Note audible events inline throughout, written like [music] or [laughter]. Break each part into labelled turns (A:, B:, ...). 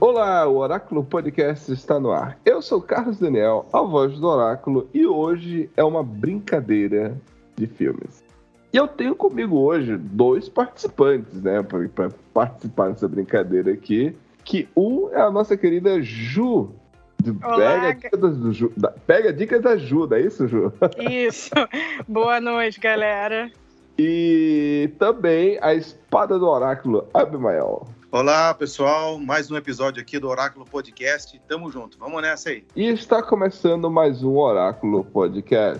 A: Olá, o Oráculo Podcast está no ar. Eu sou Carlos Daniel, a voz do Oráculo, e hoje é uma brincadeira de filmes. E eu tenho comigo hoje dois participantes, né, para participar dessa brincadeira aqui, que um é a nossa querida Ju. do
B: Olá,
A: pega, a
B: Ga-
A: dica do Ju da, pega a dica da Ju, não é isso, Ju? [laughs]
B: Isso. Boa noite, galera.
A: E também a espada do oráculo, Abimael.
C: Olá, pessoal. Mais um episódio aqui do Oráculo Podcast. Tamo junto. Vamos nessa aí.
A: E está começando mais um Oráculo Podcast.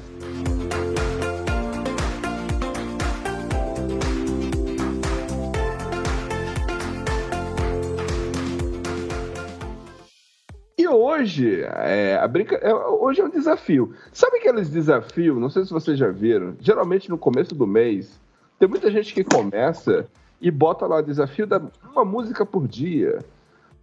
A: E hoje, é, a brinca... é, hoje é um desafio. Sabe aqueles desafios? Não sei se vocês já viram. Geralmente no começo do mês, tem muita gente que começa e bota lá o desafio da uma música por dia.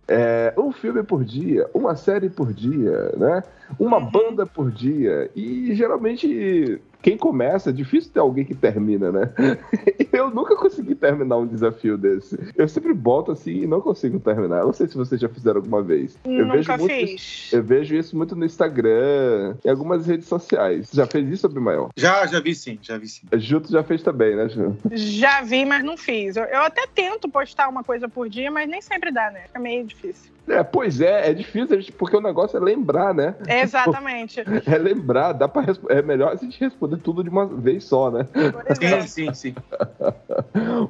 A: É, um filme por dia, uma série por dia, né? Uma
B: Uhum.
A: banda por dia. E geralmente quem começa, é difícil ter alguém que termina, né? [laughs] Eu nunca consegui terminar um desafio desse. Eu sempre boto assim e não consigo terminar. Eu não sei se vocês já fizeram alguma vez. Eu
B: Nunca
A: muito isso-
B: fiz.
A: eu vejo isso muito no Instagram, em algumas redes sociais. Já fez isso, Abimael?
C: Já, já vi sim, já vi sim.
A: Juto já fez também, né, Ju?
B: Já vi, mas não fiz. Eu, eu até tento postar uma coisa por dia, mas nem sempre dá, né? É meio
A: [laughs]
B: difícil.
A: É, pois é, é difícil, a gente- porque o negócio é lembrar, né?
B: É, Exatamente.
A: É lembrar, dá pra respo- é melhor a gente responder tudo de uma vez só, né? [laughs]
B: Por
C: Sim,
B: exemplo.
C: sim, sim.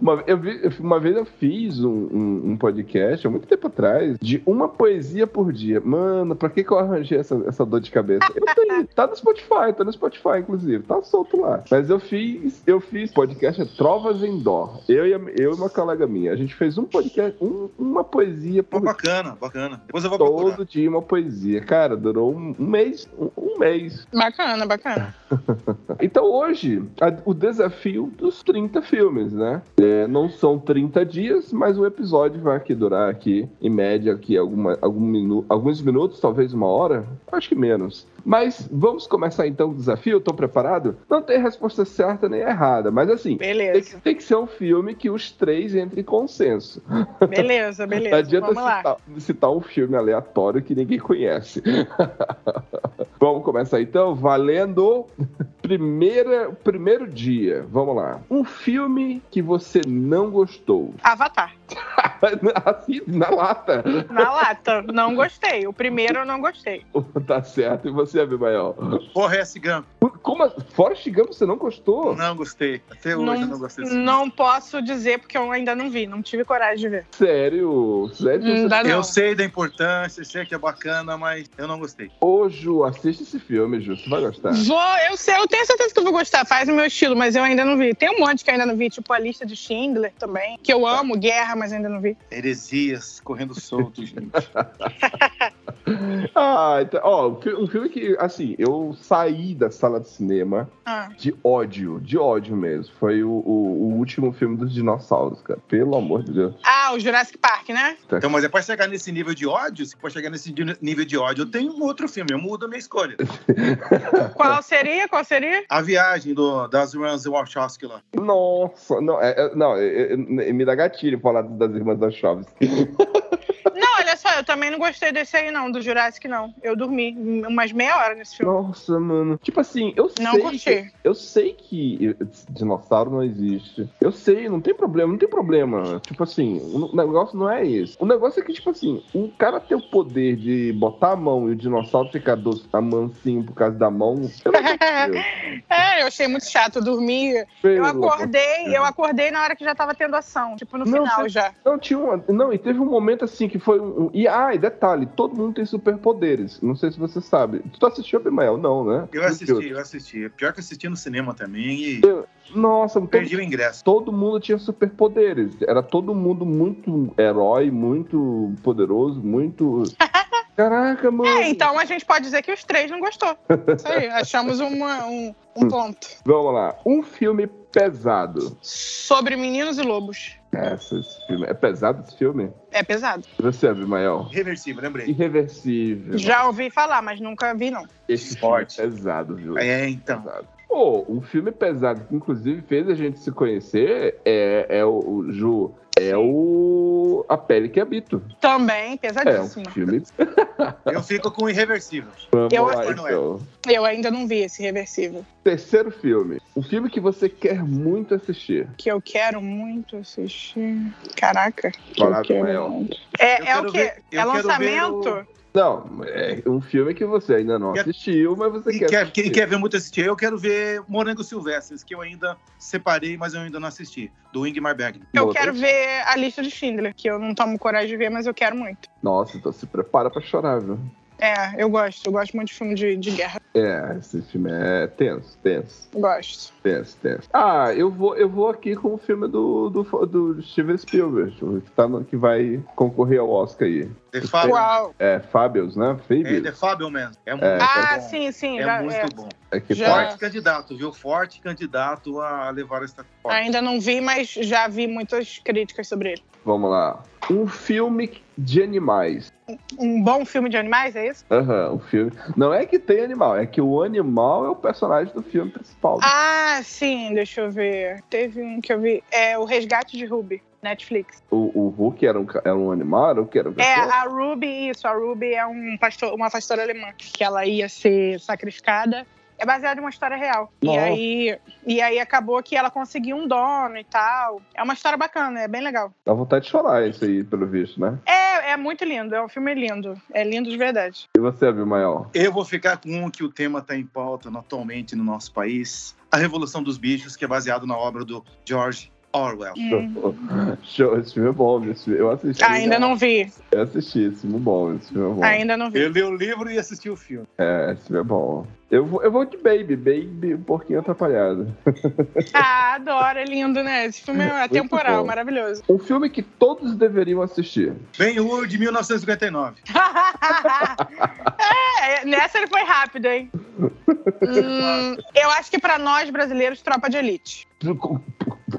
A: Uma, eu vi- eu fi- uma vez eu fiz um, um- um podcast, há muito tempo atrás, de uma poesia por dia. Mano, pra que, que eu arranjei essa, essa dor de cabeça? Eu tenho, tá no Spotify, tá no Spotify, inclusive, tá solto lá. Mas eu fiz, eu fiz podcast Trovas em Dó. Eu e, a- eu e uma colega minha. A gente fez um podcast, um- uma poesia
C: Pô,
A: por dia.
C: bacana, bacana. Depois eu vou procurar.
A: Todo dia uma poesia. Cara, durou um, um mês. Um, um mês.
B: Bacana, bacana.
A: Então hoje, a- o desafio dos 30 filmes, né? É, não são 30 dias, mas o episódio vai aqui durar aqui, em média, aqui alguma, algum minu- alguns minutos, talvez uma hora. Acho que menos. Mas vamos começar então o desafio? Tô preparado? Não tem resposta certa nem errada, mas assim. Tem que,
B: Beleza,
A: tem que ser um filme que os três entrem em consenso.
B: beleza,
A: Não
B: beleza.
A: adianta
B: Vamos lá.
A: citar, citar um filme aleatório que ninguém conhece. [laughs] Vamos começar então, valendo primeira, primeiro dia. Vamos lá. Um filme que você não gostou. [laughs]
B: Avatar.
A: assim, na lata. [laughs]
B: Na lata. Não gostei. O primeiro eu não gostei.
A: tá certo. E você, Abimael?
C: Forrest Gump.
A: Como a... Fora Chigamos, você não gostou?
C: Não gostei. Até hoje eu não gostei desse filme.
B: Não posso dizer porque eu ainda não vi. Não tive coragem de ver.
A: Sério? Sério?
B: Não
A: você...
B: Hum, dá não.
C: Eu sei da importância, sei que é bacana, mas eu não gostei.
A: Ô, Ju, assiste esse filme, Ju. Você
B: [laughs]
A: vai gostar.
B: Vou, eu sei, eu tenho certeza que eu vou gostar, faz o meu estilo, mas eu ainda não vi. Tem um monte que eu ainda não vi, tipo a lista de Schindler também, que eu amo, guerra, mas ainda não vi.
C: Heresias correndo solto, [laughs] gente.
A: Ah, então, ó, um fi- um filme que, assim, eu saí da sala de cinema
B: Ah,
A: de ódio, de ódio mesmo. Foi o, o- o último filme dos dinossauros, cara. Pelo amor de Deus.
B: Ah, o Jurassic Park, né?
C: Então, mas é pra chegar nesse nível de ódio, se for chegar nesse di- nível de ódio, eu tenho um outro filme, eu mudo a minha escolha.
B: Qual seria? Qual seria?
C: A viagem do, das Irmãs Wachowski lá.
A: Nossa, não, é- é- não é- é- é- me dá gatilho falar das irmãs da Chaves.
B: Não, olha só, É, eu também não gostei desse aí, não, do Jurassic, não. Eu dormi umas meia hora nesse filme.
A: Nossa, mano. Tipo assim, eu
B: Não
A: sei.
B: curti.
A: Eu sei que dinossauro não existe. Eu sei, não tem problema, não tem problema. Tipo assim, o negócio não é esse. O negócio é que, tipo assim, o cara ter o poder de botar a mão e o dinossauro ficar doce, tá mansinho por causa da mão. Pelo amor de Deus.
B: É, eu achei muito chato. Eu dormi. Eu
A: Pelo amor de
B: acordei, eu acordei na hora que já tava tendo ação. Tipo, no
A: Não,
B: final
A: você-
B: já.
A: Não, tinha uma. Não, e teve um momento assim que foi um. um- E ah, e detalhe, todo mundo tem superpoderes. Não sei se você sabe. Tu assistiu Abimael? Não, né?
C: Eu assisti, eu assisti. É Pior que assisti no cinema também e
A: Nossa, todo,
C: perdi o ingresso.
A: todo mundo tinha superpoderes. Era todo mundo muito herói, muito
C: [laughs]
A: poderoso, muito. Caraca, mano.
B: É, então a gente pode dizer que os três não gostou. Isso aí, achamos uma- um, um ponto.
A: Vamos lá. Um filme pesado.
B: Sobre meninos e lobos.
A: Essa, esse filme. É pesado esse filme?
B: É pesado.
A: E Você, Abimael?
C: Reversível, lembrei.
A: Irreversível.
B: Já ouvi falar, mas nunca vi, não.
A: esse filme é
C: Forte.
A: pesado, viu?
C: É, então.
A: pesado. Pô, um filme pesado que inclusive fez a gente se conhecer é, é o, o Ju, é o A Pele que Habito.
B: Também,
A: É um
B: pesadíssimo.
A: filme.
C: Eu fico com o irreversível.
A: Vamos
B: Eu-
A: lá,
C: Manoel.
A: então.
B: Eu ainda não vi esse reversível.
A: Terceiro filme. Um filme que você quer muito assistir.
B: Que eu quero muito assistir. Caraca. que eu
A: Fala,
B: quero
A: Mael.
B: muito.
C: Eu
B: É, é
C: quero
B: o quê?
C: ver- eu
B: É
C: quero ver
B: lançamento?
C: o-
A: Não, é um filme que você ainda não
C: Quer-
A: assistiu, mas você
C: E
A: quer.
C: quer,
A: assistir.
C: quem quer ver muito assistir? Eu quero ver Morango Silvestres, que eu ainda separei, mas eu ainda não assisti. Do Ingmar Bergman.
B: Eu
A: Outro.
B: quero ver a lista de Schindler, que eu não tomo coragem de ver, mas eu quero muito.
A: Nossa, então se prepara pra chorar, viu?
B: É, eu gosto. Eu gosto muito de filme de, de guerra.
A: É, esse filme é tenso, tenso,
B: Eu Gosto.
A: tenso, tenso. Ah, eu vou, eu vou aqui com o filme do, do, do Steven Spielberg, que, tá no- que vai concorrer ao Oscar aí.
C: The Fabel.
B: Uau.
A: É, Fabius, né?
C: É
A: Fabius.
C: The Fabel mesmo. É muito
B: ah,
C: bom.
B: sim, sim.
C: É
B: já-
C: muito
B: é.
C: bom.
A: É que
B: Já.
A: tá-
C: Forte candidato, viu? Forte candidato a levar esta Forte.
B: Ainda não vi, mas já vi muitas críticas sobre ele.
A: Vamos lá. Um filme de animais.
B: Um bom filme de animais, é isso?
A: Aham, um filme. Não é que tem animal, é que o animal é o personagem do filme principal.
B: Ah, sim, deixa eu ver. Teve um que eu vi. É O Resgate de Ruby, Netflix.
A: O, o Hulk era um, ca- era um animal, era o que era um
B: É,
A: cachorro?
B: a Ruby, isso. A Ruby é um pastor, uma pastora alemã, que ela ia ser sacrificada. É baseado em uma história real. E
A: Nossa.
B: aí, e aí acabou que ela conseguiu um dono e tal. É uma história bacana, é bem legal.
A: Dá vontade de chorar isso aí, pelo visto, né?
B: É, é muito lindo, é um filme lindo. É lindo de verdade.
A: E você, Abimael?
C: Eu vou ficar com um que o tema está em pauta no- atualmente no nosso país. A Revolução dos Bichos, que é baseado na obra do George Orwell.
B: Hum.
A: Show, esse filme é bom, viu? Esse filme- eu assisti. né?
B: Ainda não vi,
A: Eu assisti, esse filme é bom, esse filme é bom.
B: ainda não vi.
C: Eu li o livro e assisti o filme.
A: É, esse filme é bom. Eu vou, eu vou de Baby, Baby, um pouquinho atrapalhado.
B: Ah, adoro, é lindo, né? Esse filme é atemporal,
A: bom.
B: maravilhoso. [laughs]
A: Um filme que todos deveriam assistir.
C: Bem, o de 1959.
B: é, nessa ele foi rápido,
A: [laughs]
B: hein? Hum, eu acho que pra nós brasileiros, tropa de elite.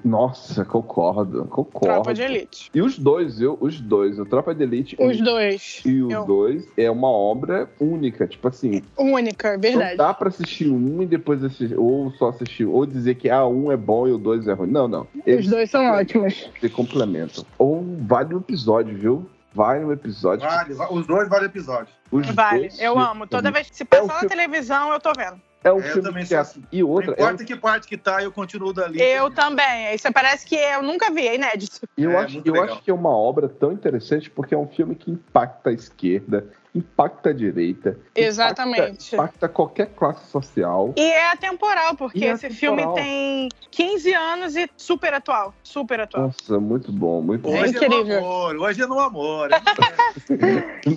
A: Nossa, concordo,
B: Tropa
A: concordo.
B: de elite.
A: E os dois, eu, os dois, o Tropa de Elite
B: Os
A: um
B: dois.
A: e os
B: Eu-
A: dois é uma obra única, tipo assim,
B: Única,
A: não
B: É verdade.
A: dá pra assistir um e depois assistir, ou só assistir, ou dizer que ah, um é bom e o dois é ruim. Não, não.
B: Os
A: Eles
B: dois são ótimos.
A: se complementam. Ou vale um episódio, viu? Vale um episódio.
C: Vale, va- os dois vários episódios.
A: Os
B: Vale,
A: dois
B: eu
A: filmes
B: amo. Toda
A: são-
B: vez que se
A: É um
B: passar na
A: filme-
B: televisão, eu tô vendo.
A: É um
C: Eu
A: filme
C: também
A: que é
C: sou
A: assim. E
C: Não
A: outra, é um-
C: importa que parte que tá, eu continuo dali.
B: Eu também. Isso parece que eu nunca vi, é inédito.
A: eu,
C: É,
A: acho,
C: muito
A: eu
C: legal.
A: acho que é uma obra tão interessante porque é um filme que impacta a esquerda, impacta a direita, impacta-
B: Exatamente.
A: impacta qualquer classe social.
B: E é atemporal, porque
A: E é
B: esse
A: atemporal.
B: filme tem 15 anos e super atual. Super atual.
A: Nossa, muito bom, muito bom.
C: Hoje é,
B: incrível.
C: no amor, hoje é no amor.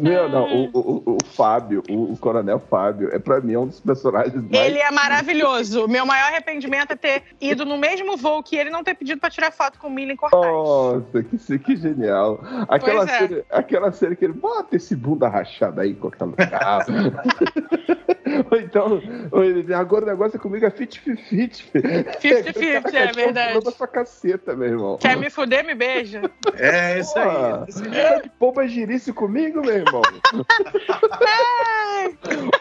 A: Meu, não, o, o, o- o Fábio, o, o Coronel Fábio, é pra mim um dos personagens mais.
B: Ele é maravilhoso. Meu maior arrependimento é ter ido no mesmo voo que ele não ter pedido pra tirar foto com o Milen Cortais.
A: Oh,
B: [laughs]
A: Nossa, que, se- que genial. Aquela,
B: Pois é.
A: cena, aquela cena que ele bota esse bunda rachada aí, cortando o
B: [laughs]
A: carro. ou então, ou ele diz, agora o negócio é comigo, é fit, fit, fit. É tipo
B: 50-50, é verdade. é
A: Toda sua caceta, meu irmão.
B: Quer me fuder, me beija.
C: É isso
A: Pô,
C: aí. Esse-
A: Tá de pomba girice comigo, meu irmão.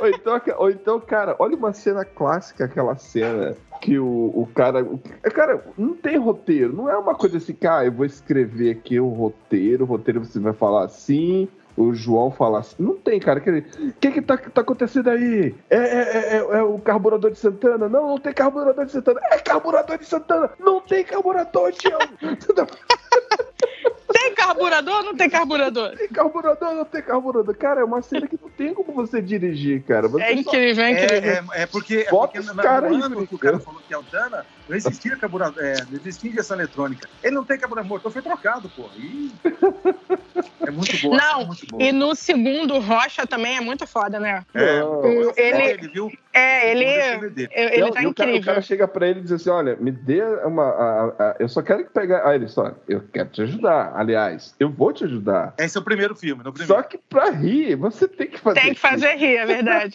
A: ou, então, ca- ou então, cara, olha uma cena clássica, aquela cena que o, o cara. o- cara, não é tem ah, um roteiro. Não é uma coisa assim, cara, eu vou escrever aqui o roteiro, o roteiro você vai falar assim. o João falasse. Não tem, cara. aquele, O que que tá, tá acontecendo aí? É, é- é- é- é o carburador de Santana? Não, não tem carburador de Santana. É carburador de Santana! Não tem carburador, Tião! [laughs] tá Não
B: Tem carburador ou não tem carburador?
A: tem carburador, não tem carburador. Cara, é uma cena que não tem como você dirigir, cara. Você
B: É
A: só-
B: incrível, é incrível.
D: É, é, é porque, é
A: Bota
D: porque
A: os
D: na- na-
A: cara aí,
D: no ano que o
A: cara.
D: cara falou que é o Dana, não existia carburador, é, não existia injeção eletrônica. Ele não tem carburador, o motor foi trocado, pô. E- É muito bom.
B: Não,
D: é muito bom.
B: E no segundo, o Rocha também é muito foda, né?
D: É,
A: Não.
D: eu-
B: Ele-
D: viu?
B: É, ele,
D: Eu- dele.
B: ele
A: Não,
B: tá
A: e o cara, o
B: incrível.
A: cara chega pra ele e diz assim: olha, me dê uma. a- a- a- eu só quero que pegar. Aí ele só, eu quero te ajudar. Aliás, eu vou te ajudar.
D: Esse é o primeiro filme, no primeiro.
A: Só que pra rir, você tem que fazer.
B: Tem que fazer rir, é
A: [laughs]
B: verdade.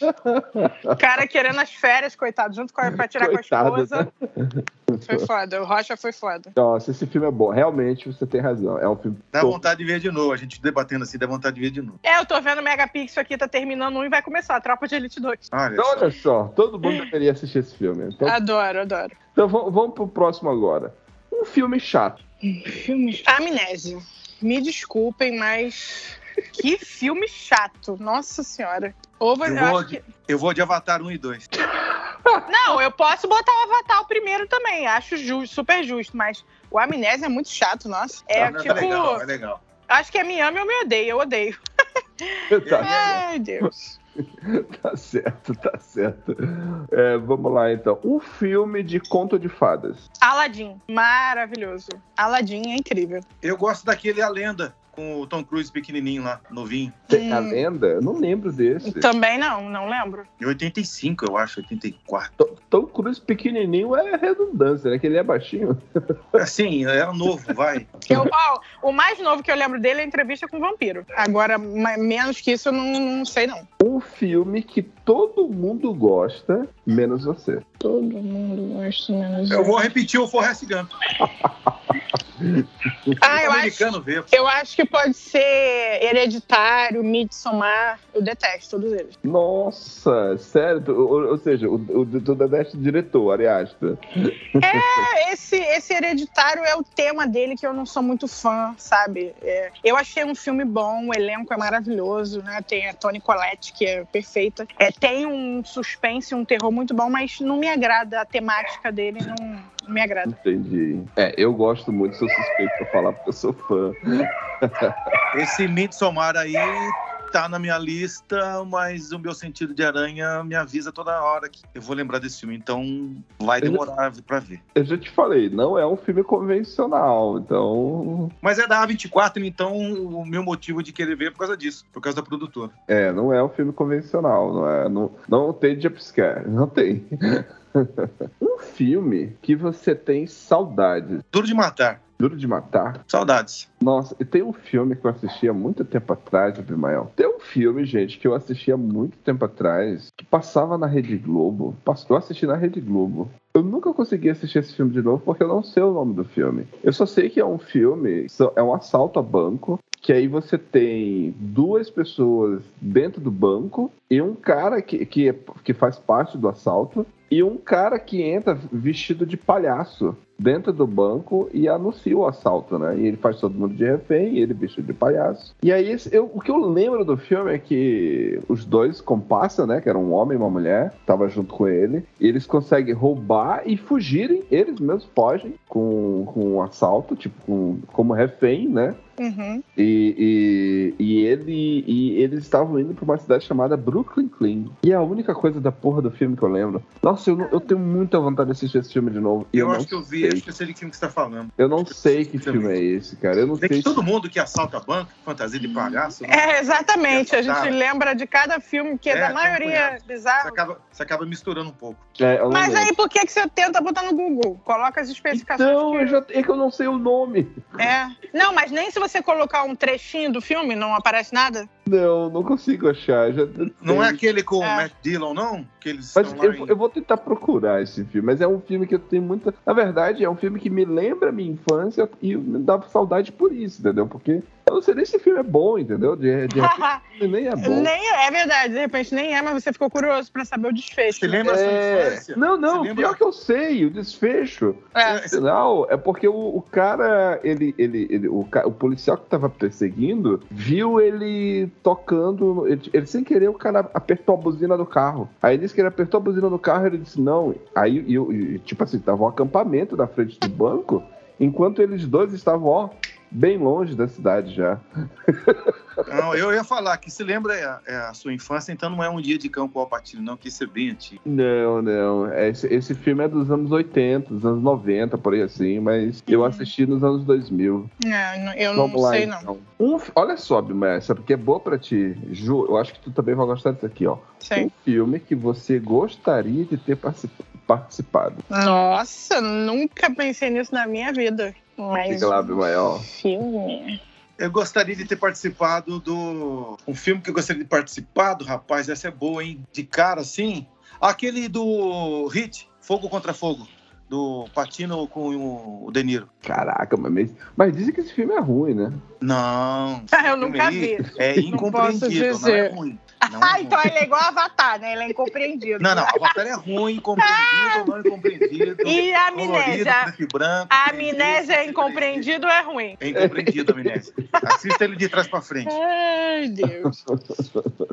B: O cara querendo as férias, coitado, junto com a, pra tirar com
A: Coitado, né?
B: a esposa. Foi foda, o Rocha foi foda.
A: Nossa, esse filme é bom. Realmente você tem razão. É um filme.
D: Dá
A: bom.
D: vontade de ver de novo. A gente debatendo assim, dá vontade de ver de novo.
B: É, eu tô vendo o Megapixel aqui, tá terminando um e vai começar a Tropa de Elite 2.
D: Olha
A: Então,
D: só.
A: olha só, todo mundo deveria assistir esse filme. Então,
B: Adoro, adoro.
A: então vamos, vamos pro próximo agora. Um filme chato.
B: Amnésia. Me desculpem, mas que filme chato. Nossa senhora. Ou você-
D: Eu
B: eu
D: vou
B: acho
D: de-
B: que-
D: Eu vou de Avatar 1 e 2.
B: Não, eu posso botar o Avatar o primeiro também. Acho ju- super justo, mas o Amnésia é muito chato, nossa. É
D: Ah, [laughs] não,
B: tipo.
D: é legal, é legal.
B: Acho que é me ama, eu me odeio, eu odeio.
A: Tá,
B: Ai, Deus.
A: [laughs] tá certo, tá certo. É, vamos lá então. Um filme de conto de fadas.
B: Aladdin, maravilhoso. Aladdin é incrível.
D: Eu gosto daquele A Lenda, com o Tom Cruise pequenininho lá, novinho.
A: Tem a
B: Hum.
A: lenda? Eu não lembro desse.
B: Também não, não lembro.
D: Em 85, eu acho, 84.
A: Tom- Tom Cruise pequenininho é redundância, né? Que ele é baixinho.
D: Assim, era novo, vai. [laughs]
B: Eu- ó, o mais novo que eu lembro dele é a entrevista com o vampiro. Agora, ma- menos que isso, eu não, não sei, não.
A: Um filme que todo mundo gosta, menos você.
B: Todo mundo gosta menos.
D: Eu vou repetir o Forrest Gump.
B: Ah, eu
D: o
B: acho,
D: americano vê.
B: eu acho que pode ser hereditário, midsommar. Eu detesto todos eles.
A: Nossa, sério? Tu- Ou, ou seja, o, o, tu detesta o diretor, aliás. tu-
B: É, esse, esse hereditário é o tema dele que eu não sou muito fã, sabe? É, eu achei um filme bom, o elenco é maravilhoso, né? Tem a Toni Collette, que é perfeita. É, tem um suspense, um terror muito bom, mas não me agrada a temática dele, não me agrada.
A: Entendi. É, eu gosto muito, sou suspeito pra falar porque eu sou fã.
D: Esse Midsommar aí tá na minha lista, mas o meu sentido de aranha me avisa toda hora que eu vou lembrar desse filme, então vai demorar pra ver.
A: Eu já te falei, não é um filme convencional, então.
D: Mas é da A24, então o meu motivo de querer ver é por causa disso, por causa da produtora.
A: É, não é um filme convencional, não é? Não, não tem jumpscare, não tem. [laughs] um filme que você tem saudades.
D: Duro de matar.
A: Duro de Matar,
D: Saudades.
A: Nossa, e tem um filme que eu assisti há muito tempo atrás, Abimael. Tem um filme, gente, que eu assisti há muito tempo atrás, que passava na Rede Globo. Passou eu assisti na Rede Globo. Eu nunca consegui assistir esse filme de novo porque eu não sei o nome do filme. Eu só sei que é um filme, so- é um assalto a banco, que aí você tem duas pessoas dentro do banco e um cara que, que, é- que faz parte do assalto e um cara que entra vestido de palhaço dentro do banco e anuncia o assalto, né? E ele faz todo mundo de refém, e ele vestido de palhaço. E aí, esse- eu- o que eu lembro do filme é que os dois compassam, né? Que era um homem e uma mulher, tava junto com ele. E eles conseguem roubar e fugirem, eles mesmos fogem com, com o assalto, tipo, com- como refém, né?
B: Uhum.
A: E, e, e ele, e eles estavam indo pra uma cidade chamada Brooklyn Clean. E é a única coisa da porra do filme que eu lembro. Nossa, eu, não- eu tenho muita vontade de assistir esse filme de novo. e
D: Eu,
A: não
D: acho que eu vi,
A: sei.
D: acho que eu sei de filme que você tá falando.
A: Eu não sei que filme é esse, cara. Eu não
D: Tem que
A: sei.
D: todo mundo que assalta banco, fantasia de palhaço, né?
B: É, exatamente. A gente
D: Tá.
B: lembra de cada filme, que é,
D: É,
B: da
D: tem
B: maioria
D: conhece. você,
B: bizarro.
D: acaba, você acaba misturando um pouco.
A: É, eu não
B: Mas
A: lembro.
B: aí, por que, que você tenta botar no Google? Coloca as especificações.
A: Então,
B: que-
A: eu já... é que eu não sei o nome.
B: É. Não, mas nem se você colocar um trechinho do filme, não aparece nada.
A: Não, Então, não consigo achar. Já...
D: Não é aquele com o
B: É.
D: Matt Dillon, não? Que eles
A: Mas
D: estão lá
A: eu,
D: em-
A: eu vou tentar procurar esse filme, mas é um filme que eu tenho muita. Na verdade, é um filme que me lembra a minha infância e me dá saudade por isso, entendeu? Porque eu não sei nem se o filme é bom, entendeu? De,
B: [laughs]
A: de repente ele nem é bom.
B: nem é verdade, de repente nem é, mas você ficou curioso pra saber o desfecho.
D: Você lembra da sua
A: É...
D: infância?
A: Não,
D: Você
A: não,
D: lembra-
A: pior que eu sei, o desfecho.
B: É.
A: Não, é porque o, o cara, ele, ele, ele- o, ca- o policial que tava perseguindo viu ele tocando. Ele, ele sem querer, o cara apertou a buzina do carro. Aí disse que ele apertou a buzina do carro, ele disse não. Aí, e, e, tipo assim, tava um acampamento na frente do banco, enquanto eles dois estavam, ó, bem longe da cidade já.
D: É, Não, eu ia falar que se lembra é, a- é a sua infância, então não é um dia de campo ao partido, não, que isso é bem antigo.
A: Não, não. Esse, esse filme é dos anos 80, dos anos 90, por aí assim, mas eu assisti nos anos 2000.
B: É, n- eu não
A: lá,
B: sei, não.
A: então. Um, fi- olha só, Bima, essa porque é boa pra ti. Ju, eu acho que tu também vai gostar disso aqui, ó.
B: Sei.
A: Um filme que você gostaria de ter particip- participado.
B: Nossa, nunca pensei nisso na minha vida. Mas
A: Diga lá, Bima, ó.
B: filme.
D: Eu gostaria de ter participado do. Um filme que eu gostaria de participar do, rapaz, essa é boa, hein? De cara, assim. Aquele do Hit, Fogo contra Fogo, do Patino com o- o De Niro.
A: Caraca, mas, mes- mas dizem que esse filme é ruim, né?
D: Não.
B: Ah, eu
D: esse filme
B: nunca
D: aí
B: vi.
D: É
B: Não posso
D: incompreendido, não é
B: dizer.
D: ruim.
B: [laughs]
D: Não, é
B: Ah,
D: ruim.
B: então ele é igual Avatar, né? Ele é incompreendido.
D: não, não, Avatar é ruim, incompreendido, não incompreendido.
B: E a
D: colorido,
B: amnésia?
D: preto e branco.
B: A
D: preto e
B: amnésia é
D: preto e preto.
B: incompreendido ou é ruim?
D: É incompreendido a amnésia. Assista ele de trás pra frente.
B: Ai, Deus.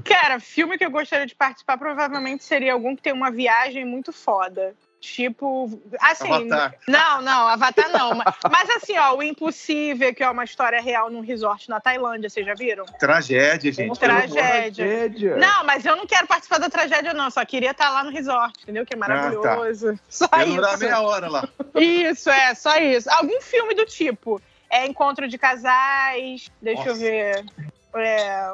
B: Cara, filme que eu gostaria de participar provavelmente seria algum que tem uma viagem muito foda. Tipo, assim.
D: Avatar.
B: Não, não, Avatar não. mas, mas assim, ó, O Impossível, que é uma história real num resort na Tailândia, vocês já viram?
D: Tragédia, gente. pelo amor de Deus.
B: Tragédia.
A: É Tragédia.
B: É Não, mas eu não quero participar da tragédia, não. Só queria estar lá no resort, entendeu? Que é maravilhoso. Só
D: Ia durar
B: isso.
D: meia hora lá.
B: Isso, é, só isso. Algum filme do tipo. É Encontro de Casais, deixa eu
D: Nossa.
B: ver. É,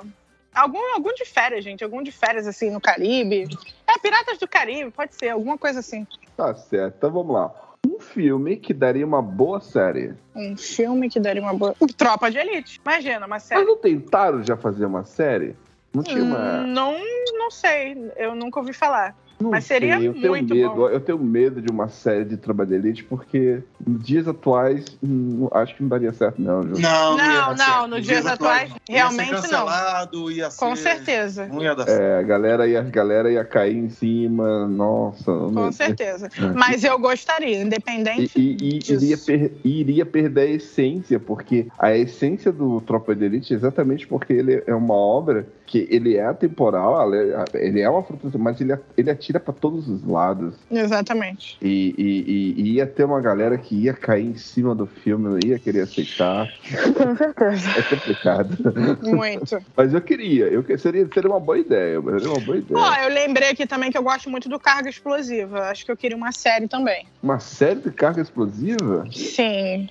B: algum, algum de férias, gente. Algum de férias, assim, no Caribe. É, Piratas do Caribe, pode ser, alguma coisa assim.
A: Tá certo, então vamos lá. Um filme que daria uma boa série.
B: Um filme que daria uma boa. Tropa de Elite. Imagina, uma série.
A: Mas não tentaram já fazer uma série? Não tinha uma.
B: Hum, Não, não sei, eu nunca ouvi falar.
A: Não
B: Mas seria
A: eu tenho
B: muito
A: medo,
B: bom.
A: Eu tenho medo de uma série de Tropa de Elite, porque nos dias atuais, hum, acho que não daria certo, não, Ju.
D: Não, ia
B: Não,
D: dar
B: não,
D: certo.
B: nos
D: Nos
B: dias atuais,
D: não.
B: realmente
D: ia
B: não.
D: ser cancelado, Ia ser...
B: Com certeza.
D: Não ia dar certo.
A: É, a galera ia, a galera ia cair em cima, nossa.
B: Com certeza. Mas eu gostaria, independente.
A: é E, e- e
B: disso.
A: iria, per- e iria perder a essência, porque a essência do Tropa de Elite é exatamente porque ele é uma obra que ele é atemporal, ele é- ele é uma fruta, mas ele, ele atira pra todos os lados.
B: Exatamente.
A: E, e- e- e ia ter uma galera que ia cair em cima do filme, não ia querer aceitar. [laughs]
B: Com certeza.
A: É complicado. [laughs]
B: Muito.
A: Mas eu queria, eu que- seria, seria uma boa ideia, mas seria uma boa ideia.
B: Ó, eu lembrei aqui também que eu gosto muito do Carga Explosiva. Acho que eu queria uma série também.
A: Uma série de carga explosiva?
B: Sim.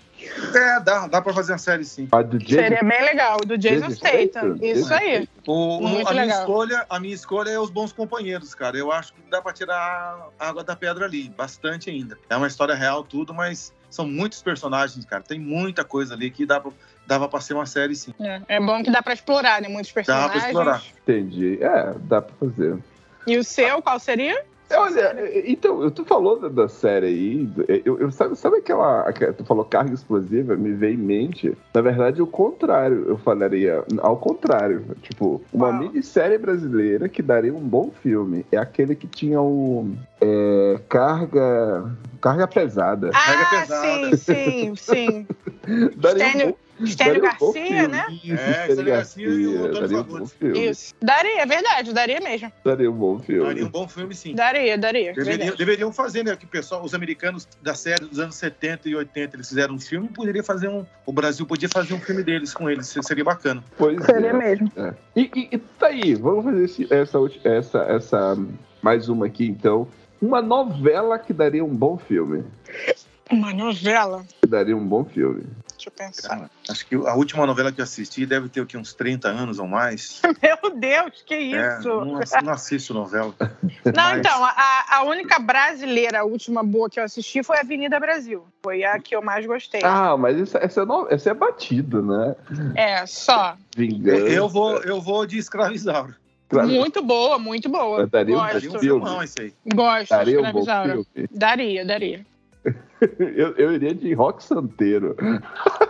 D: É, dá, dá pra fazer uma série sim.
A: A do
B: Seria
A: Jason
B: bem legal. Do Jason
A: Jason
B: Statham.
A: Statham?
B: Isso aí.
D: O- o-
B: Muito
D: a, minha
B: legal.
D: escolha, a minha escolha é os bons companheiros, cara. Eu acho que dá pra tirar a água da pedra ali, bastante ainda. É uma história real, tudo, mas são muitos personagens, cara. Tem muita coisa ali que dá pra, dava pra ser uma série, sim.
B: É, é bom que dá pra explorar, né? Muitos
D: pra
B: personagens.
D: explorar.
A: Entendi. É, dá pra fazer. É,
B: E o seu, qual seria?
A: Olha, então, tu falou da, da série aí, é, eu, eu- sabe, sabe aquela, aquela- Tu falou carga explosiva, me veio em mente. Na verdade, o contrário, eu falaria. Ao contrário. Tipo, uma
B: Qual?
A: minissérie brasileira que daria um bom filme. É aquele que tinha o. é, carga. Carga pesada.
D: Carga
B: Ah,
D: pesada.
B: sim, sim, sim.
A: Daria
B: Stênio-
A: bom-
B: Estélio
A: daria um bom
B: Garcia,
A: filme.
B: né?
A: Isso,
D: É,
A: Stênio
D: Stênio Garcia e o Antônio
A: daria um
D: Fagundes.
A: bom filme.
B: Isso. Daria, é verdade, daria mesmo.
A: Daria um bom filme.
D: Daria um bom filme, sim.
B: Daria, daria. é verdade.
D: Deveriam, deveriam fazer, né? Que o pessoal, os americanos da série dos anos 70 e 80, eles fizeram um filme, poderia fazer um. O Brasil podia fazer um filme deles com eles, seria bacana.
A: Pois
B: Seria
A: é.
B: mesmo.
A: É. E, e- e tá aí, vamos fazer esse- essa, ulti- essa, essa mais uma aqui então. Uma novela que daria um bom filme.
B: Uma novela.
A: Que daria um bom filme.
B: Deixa eu pensar.
D: Cara, acho que a última novela que eu assisti deve ter o quê, uns 30 anos ou mais.
B: [laughs] Meu Deus, que
D: É,
B: isso?
D: não, ass- não assisto novela.
B: Não,
D: Mas-
B: então, a, a única brasileira, a última boa que eu assisti foi Avenida Brasil. Foi a que eu mais gostei.
A: Ah, mas essa, essa, é, no- essa é batida, né?
B: É, só.
A: Vingança.
D: Eu vou,
A: é.
D: eu vou de escravizauro.
A: Claro,
B: Muito boa, muito boa.
A: Daria um
D: Daria um
B: Gosto.
A: filme.
D: filmão esse aí.
B: Gosto de
A: daria um bom
B: escravizaura.
A: filme.
B: Daria, daria.
A: [laughs] Eu, eu iria de rock santeiro.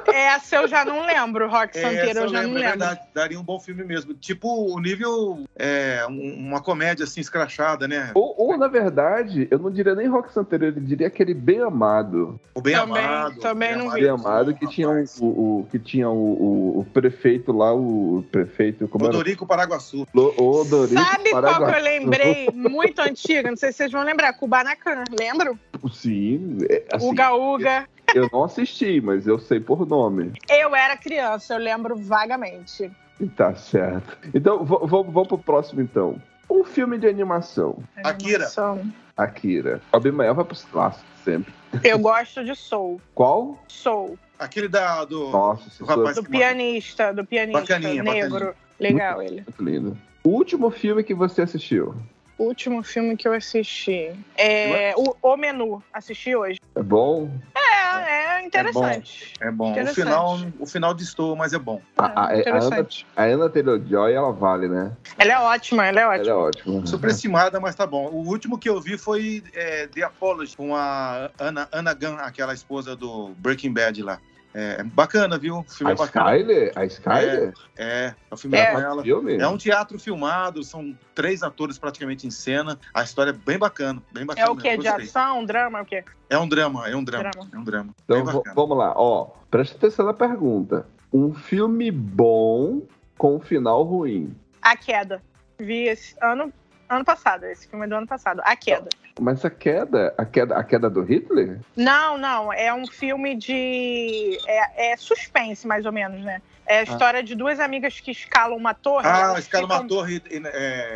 B: Essa eu já não lembro, Rock Santeiro,
D: Essa
B: eu já não
D: é
B: lembro.
D: verdade, daria um bom filme mesmo. Tipo, o nível é um- uma comédia assim escrachada, né?
A: Ou, ou, na verdade, eu não diria nem rock santeiro, eu diria aquele bem amado.
D: O Bem
B: Também-
D: Amado.
B: também
D: Bem
B: não vi.
A: Bem amado que
D: Rapaz,
A: tinha, um o, o- que tinha o, o- o prefeito lá, o prefeito. Como era?
D: Odorico Paraguaçu.
A: Lo- Odorico
B: Sabe qual que
A: Paraguai.
B: eu lembrei? Muito antiga, não sei se vocês vão lembrar, Kubanacan, lembro?
A: Sim, é, assim,
B: Uga Uga.
A: eu não assisti, mas eu sei por nome.
B: Eu era criança, eu lembro vagamente.
A: Tá certo. Então, v- v- vamos pro próximo, então. Um filme de animação.
D: Akira.
B: Animação.
A: Akira. O Abimael vai pros clássicos sempre.
B: Eu gosto de Soul.
A: Qual?
B: Soul.
D: Aquele da, do.
A: Nossa, é isso
D: O
A: foi
D: rapaz
B: Do pianista, do pianista
D: Bacaninha,
B: negro. Legal ele.
A: muito lindo. O último filme que você assistiu.
B: O último filme que eu assisti é o, o Menu. Assisti hoje.
A: É bom?
B: É, é interessante.
D: É bom. O
B: Interessante.
D: final, o final distorce, mas é bom.
A: A, a-
B: É,
A: a Ah, Ana,
B: interessante.
A: a Ana Taylor-Joy, ela vale, né?
B: Ela é ótima, ela é
A: Ela é
B: ótima.
A: ótima.
D: Superestimada, mas tá bom. O último que eu vi foi é, The Apology, com a Ana, Ana Gunn, aquela esposa do Breaking Bad lá. É bacana, viu? O
A: A
D: filme é bacana.
A: Skyler? A Skyler?
D: É, é o filme
B: É.
D: é. com ela.
A: Filme?
D: É um teatro filmado, são três atores praticamente em cena. A história é bem bacana, bem bacana.
B: É o quê?
D: eu
B: De
D: gostei.
B: ação, drama, o quê?
D: É um drama, é um drama,
B: Drama.
D: é um drama.
A: Então
D: bem
A: vo-
D: bacana.
A: vamos lá, ó. Presta atenção na pergunta. Um filme bom com um final ruim.
B: A Queda. Vi esse ano, ano passado, esse filme é do ano passado. A Queda.
A: Mas a queda, a queda, a queda do Hitler?
B: Não, não, é um filme de. É, é suspense, mais ou menos, né? É a história de duas amigas que escalam uma torre.
D: Ah,
B: elas
D: o escala
B: ficam-
D: uma torre. é,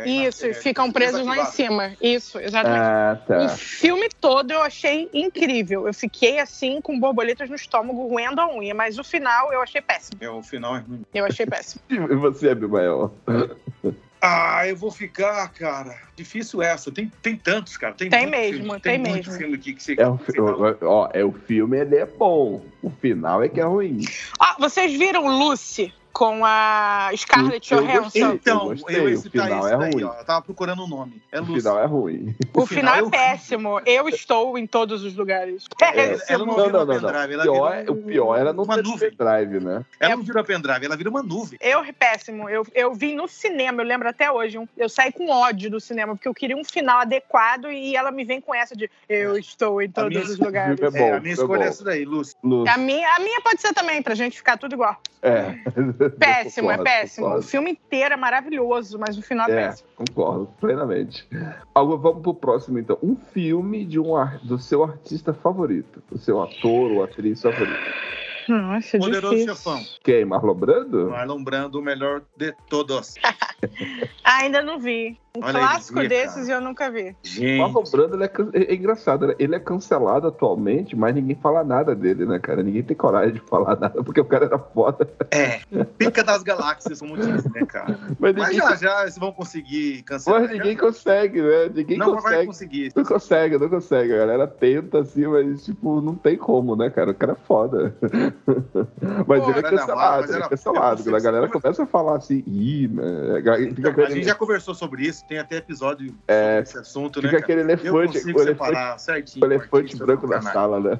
B: é um Isso,
D: é,
B: e ficam presas lá em
D: desativada.
B: cima. Isso, exatamente.
A: Ah,
B: O
A: tá.
B: filme todo eu achei incrível. Eu fiquei assim, com borboletas no estômago, roendo a unha, mas o final eu achei péssimo.
D: É, o final é ruim.
B: Eu achei
D: Um
B: péssimo.
A: E você, é Abimael?
D: Ah, eu vou ficar, cara. Difícil essa. Tem, tem tantos, cara. Tem,
B: Tem
D: muito
B: mesmo,
D: filme,
B: tem
D: muito
B: mesmo.
D: filme aqui que você.
A: É o,
D: que
A: fi-
D: você dá-
A: o- ó, é o filme, ele é bom. O final é que é ruim.
B: Ah, vocês viram Lucy com a Scarlett
A: Eu- eu gostei.
B: Johansson?
D: Então,
A: gostei,
D: eu
A: o
D: esse tá
A: final
D: esse
A: é
D: daí,
A: ruim.
D: ó. Eu tava procurando o nome. É
A: o
D: Lúcio.
A: final é ruim.
B: O final é
D: eu-
B: péssimo. Eu estou em todos os lugares.
D: É,
B: Péssimo.
D: ela não
A: Não,
D: vira
A: não, não. não.
D: pendrive, ela
A: Pior é-
D: vira
A: o pior era não
D: uma
A: ter
D: nuvem.
A: pendrive,
B: Tá.
A: né?
D: Ela não vira pendrive, ela vira uma nuvem.
B: Eu, péssimo. Eu, eu vim no cinema, eu lembro até hoje. um- Eu saí com ódio do cinema, porque eu queria um final adequado e ela me vem com essa de eu estou em todos
D: minha-
B: os lugares.
A: É bom,
D: a minha
A: é
D: escolha
A: bom.
D: é essa daí, Lúcio.
A: Lu-
B: A minha, a minha pode ser também, pra gente ficar tudo igual.
A: É.
B: Péssimo,
A: Concordo,
B: é péssimo. O
A: concordo.
B: filme inteiro é maravilhoso, mas o final é,
A: É,
B: péssimo.
A: concordo, plenamente. Algo, vamos pro próximo, então. Um filme de um ar- do seu artista favorito. Do seu ator ou atriz favorito.
B: Nossa, é
D: Poderoso Chefão.
A: Quem? Marlon Brando?
D: Marlon Brando, o melhor de
A: [laughs]
D: todos.
B: Ainda não vi. Um
D: Olha aí,
B: clássico
D: via,
B: desses
D: cara.
B: eu nunca vi.
D: Gente.
A: Marlon Brando ele é, can- é- é engraçado, né? ele é cancelado atualmente, mas ninguém fala nada dele, né, cara? Ninguém tem coragem de falar [laughs] nada, porque o cara era foda.
D: É, pica das galáxias, como diz, né, cara?
A: Mas
D: Mas
A: ninguém,
D: já, já eles vão conseguir cancelar.
A: mas ninguém consegue, né? Ninguém
D: não vai
A: consegue.
D: conseguir.
A: Não consegue, não consegue. A galera tenta assim, mas tipo, não tem como, né, cara? O cara é foda. [laughs] Mas
D: Pô,
A: ele é
D: era da Marvel,
A: cancelado,
D: mas
A: ele
D: era-
A: é cancelado. Quando a galera começa a falar assim, ih, né? Fica
D: Então,
A: aquele,
D: a gente já conversou sobre isso, tem até episódio
A: É,
D: sobre esse assunto, né?
A: fica
D: cara?
A: aquele
D: Eu
A: elefante,
D: consigo
A: o elefante,
D: separar certinho.
A: o elefante
D: artista
A: branco
D: do
A: da
D: canal.
A: sala, né?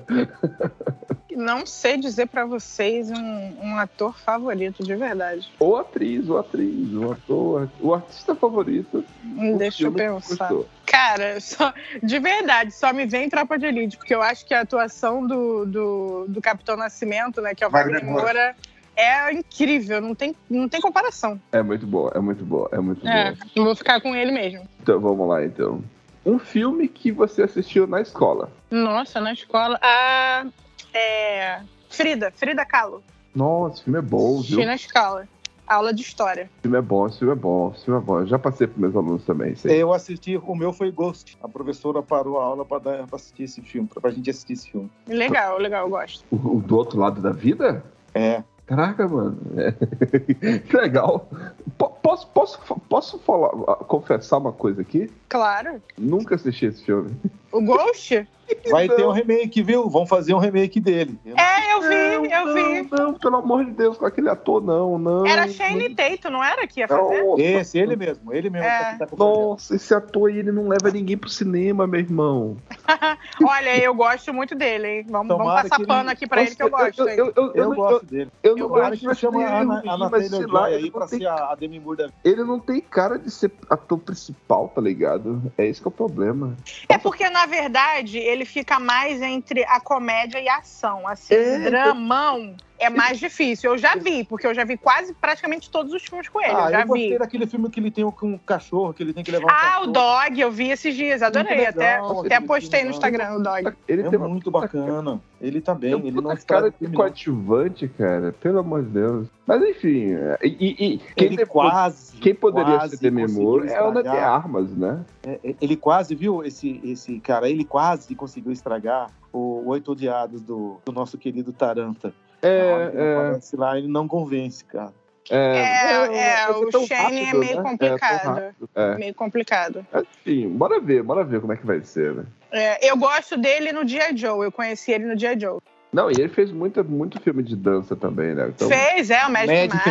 B: Não sei dizer pra vocês um, um ator favorito, de verdade.
A: Ou atriz, ou atriz, o ator, o artista favorito.
B: Hum,
A: o
B: Deixa eu
A: filme que
B: pensar.
A: gostou.
B: Cara, só, de verdade, só me vem Tropa de Elite, porque eu acho que a atuação do, do, do Capitão Nascimento, né, que é o
D: Wagner
B: Wagner Moura, é incrível, não tem, não tem comparação.
A: É muito boa, é muito boa, é muito
B: É,
A: boa.
B: eu vou ficar com ele mesmo.
A: Então vamos lá, então. Um filme que você assistiu na escola.
B: Nossa, na escola. Ah, é. Frida, Frida Kahlo.
A: Nossa, esse filme é bom, viu?
B: Assisti na escola. Aula de história.
A: Esse filme é bom, esse filme é bom, esse filme é bom. Eu já passei pros meus alunos também. Isso aí.
E: Eu assisti, o meu foi Ghost. A professora parou a aula pra, dar, pra assistir esse filme, pra, pra gente assistir esse filme.
B: Legal, legal, eu gosto.
A: O, o do outro lado da vida?
E: É.
A: Caraca, mano. É. [laughs] que legal. Po- posso posso, posso falar, confessar uma coisa aqui?
B: Claro.
A: Nunca assisti esse filme.
B: O Ghost?
D: Vai ter um remake, viu? Vão fazer um remake dele.
B: É, eu vi, eu vi.
A: Não, não, pelo amor de Deus, com aquele ator, não, não.
B: Era Shane né? Tatum, não era que ia fazer?
A: Nossa,
D: Esse, ele mesmo, ele mesmo.
B: É.
D: que tá com o projeto.
A: Nossa, esse ator aí, ele não leva ninguém pro cinema, meu irmão.
B: Olha, eu gosto muito dele, hein? Vamos, vamos
D: Tomara
B: passar
D: que ele-
B: pano aqui pra ele que eu gosto. hein?
A: Eu, eu, eu, eu,
D: Eu
A: não-
D: gosto dele.
A: eu não
B: eu
D: Tomara
A: gosto
D: que chama a Ana- a
A: mas
D: Anastasia
A: sei lá,
D: Joy
A: ele
D: aí
A: não
D: pra
A: tem
D: ser a a Demi Moore da vida.
A: ele não tem cara de ser ator principal, tá ligado? É esse que é o problema.
B: É porque, na verdade, ele fica mais entre a comédia e a ação. Assim,
A: É,
B: dramão é mais difícil. Eu já vi, porque eu já vi quase praticamente todos os filmes
A: É,
B: com ele.
D: Ah,
B: eu já
D: eu
B: vi.
D: gostei daquele filme que ele tem um- com um cachorro, que ele tem que levar um
B: Ah,
D: cachorro.
B: o Dog, eu vi esses dias, adorei.
D: Muito
B: Até,
D: legal,
B: até
D: aquele
B: postei no
A: né?
D: filme,
B: Instagram o Dog.
A: Ele
D: É
A: tem uma
D: muito
A: puta
D: bacana. Ele tá bem,
A: Tem
D: ele
A: puta
D: não está
A: cara de coadjuvante, cara. Pelo amor de Deus. Mas enfim, é, e, e- e quem,
D: Ele
A: depois-
D: quase.
A: quem poderia ser Demi
D: conseguiu
A: Moore é a Ana de
D: estragar. É,
A: Armas, né?
D: Ele quase, viu, esse, esse cara, ele quase conseguiu estragar o Oito Odiados do, do nosso querido Taranta. Na hora que ele
A: É,
D: aparece lá, ele não convence, cara.
A: é, é.
B: É, é,
A: foi
B: o
A: tão
B: Shane é
A: rápido,
B: meio
A: né?
B: complicado.
A: É, tão rápido,
B: Meio complicado.
A: é. Enfim, bora ver, bora ver como é que vai ser, né?
B: É, eu gosto dele no Dia Joe, eu conheci ele no Dia Joe.
A: Não, e ele fez muita, muito filme de dança também, né? Então,
B: Fez, é, o Magic,
D: Magic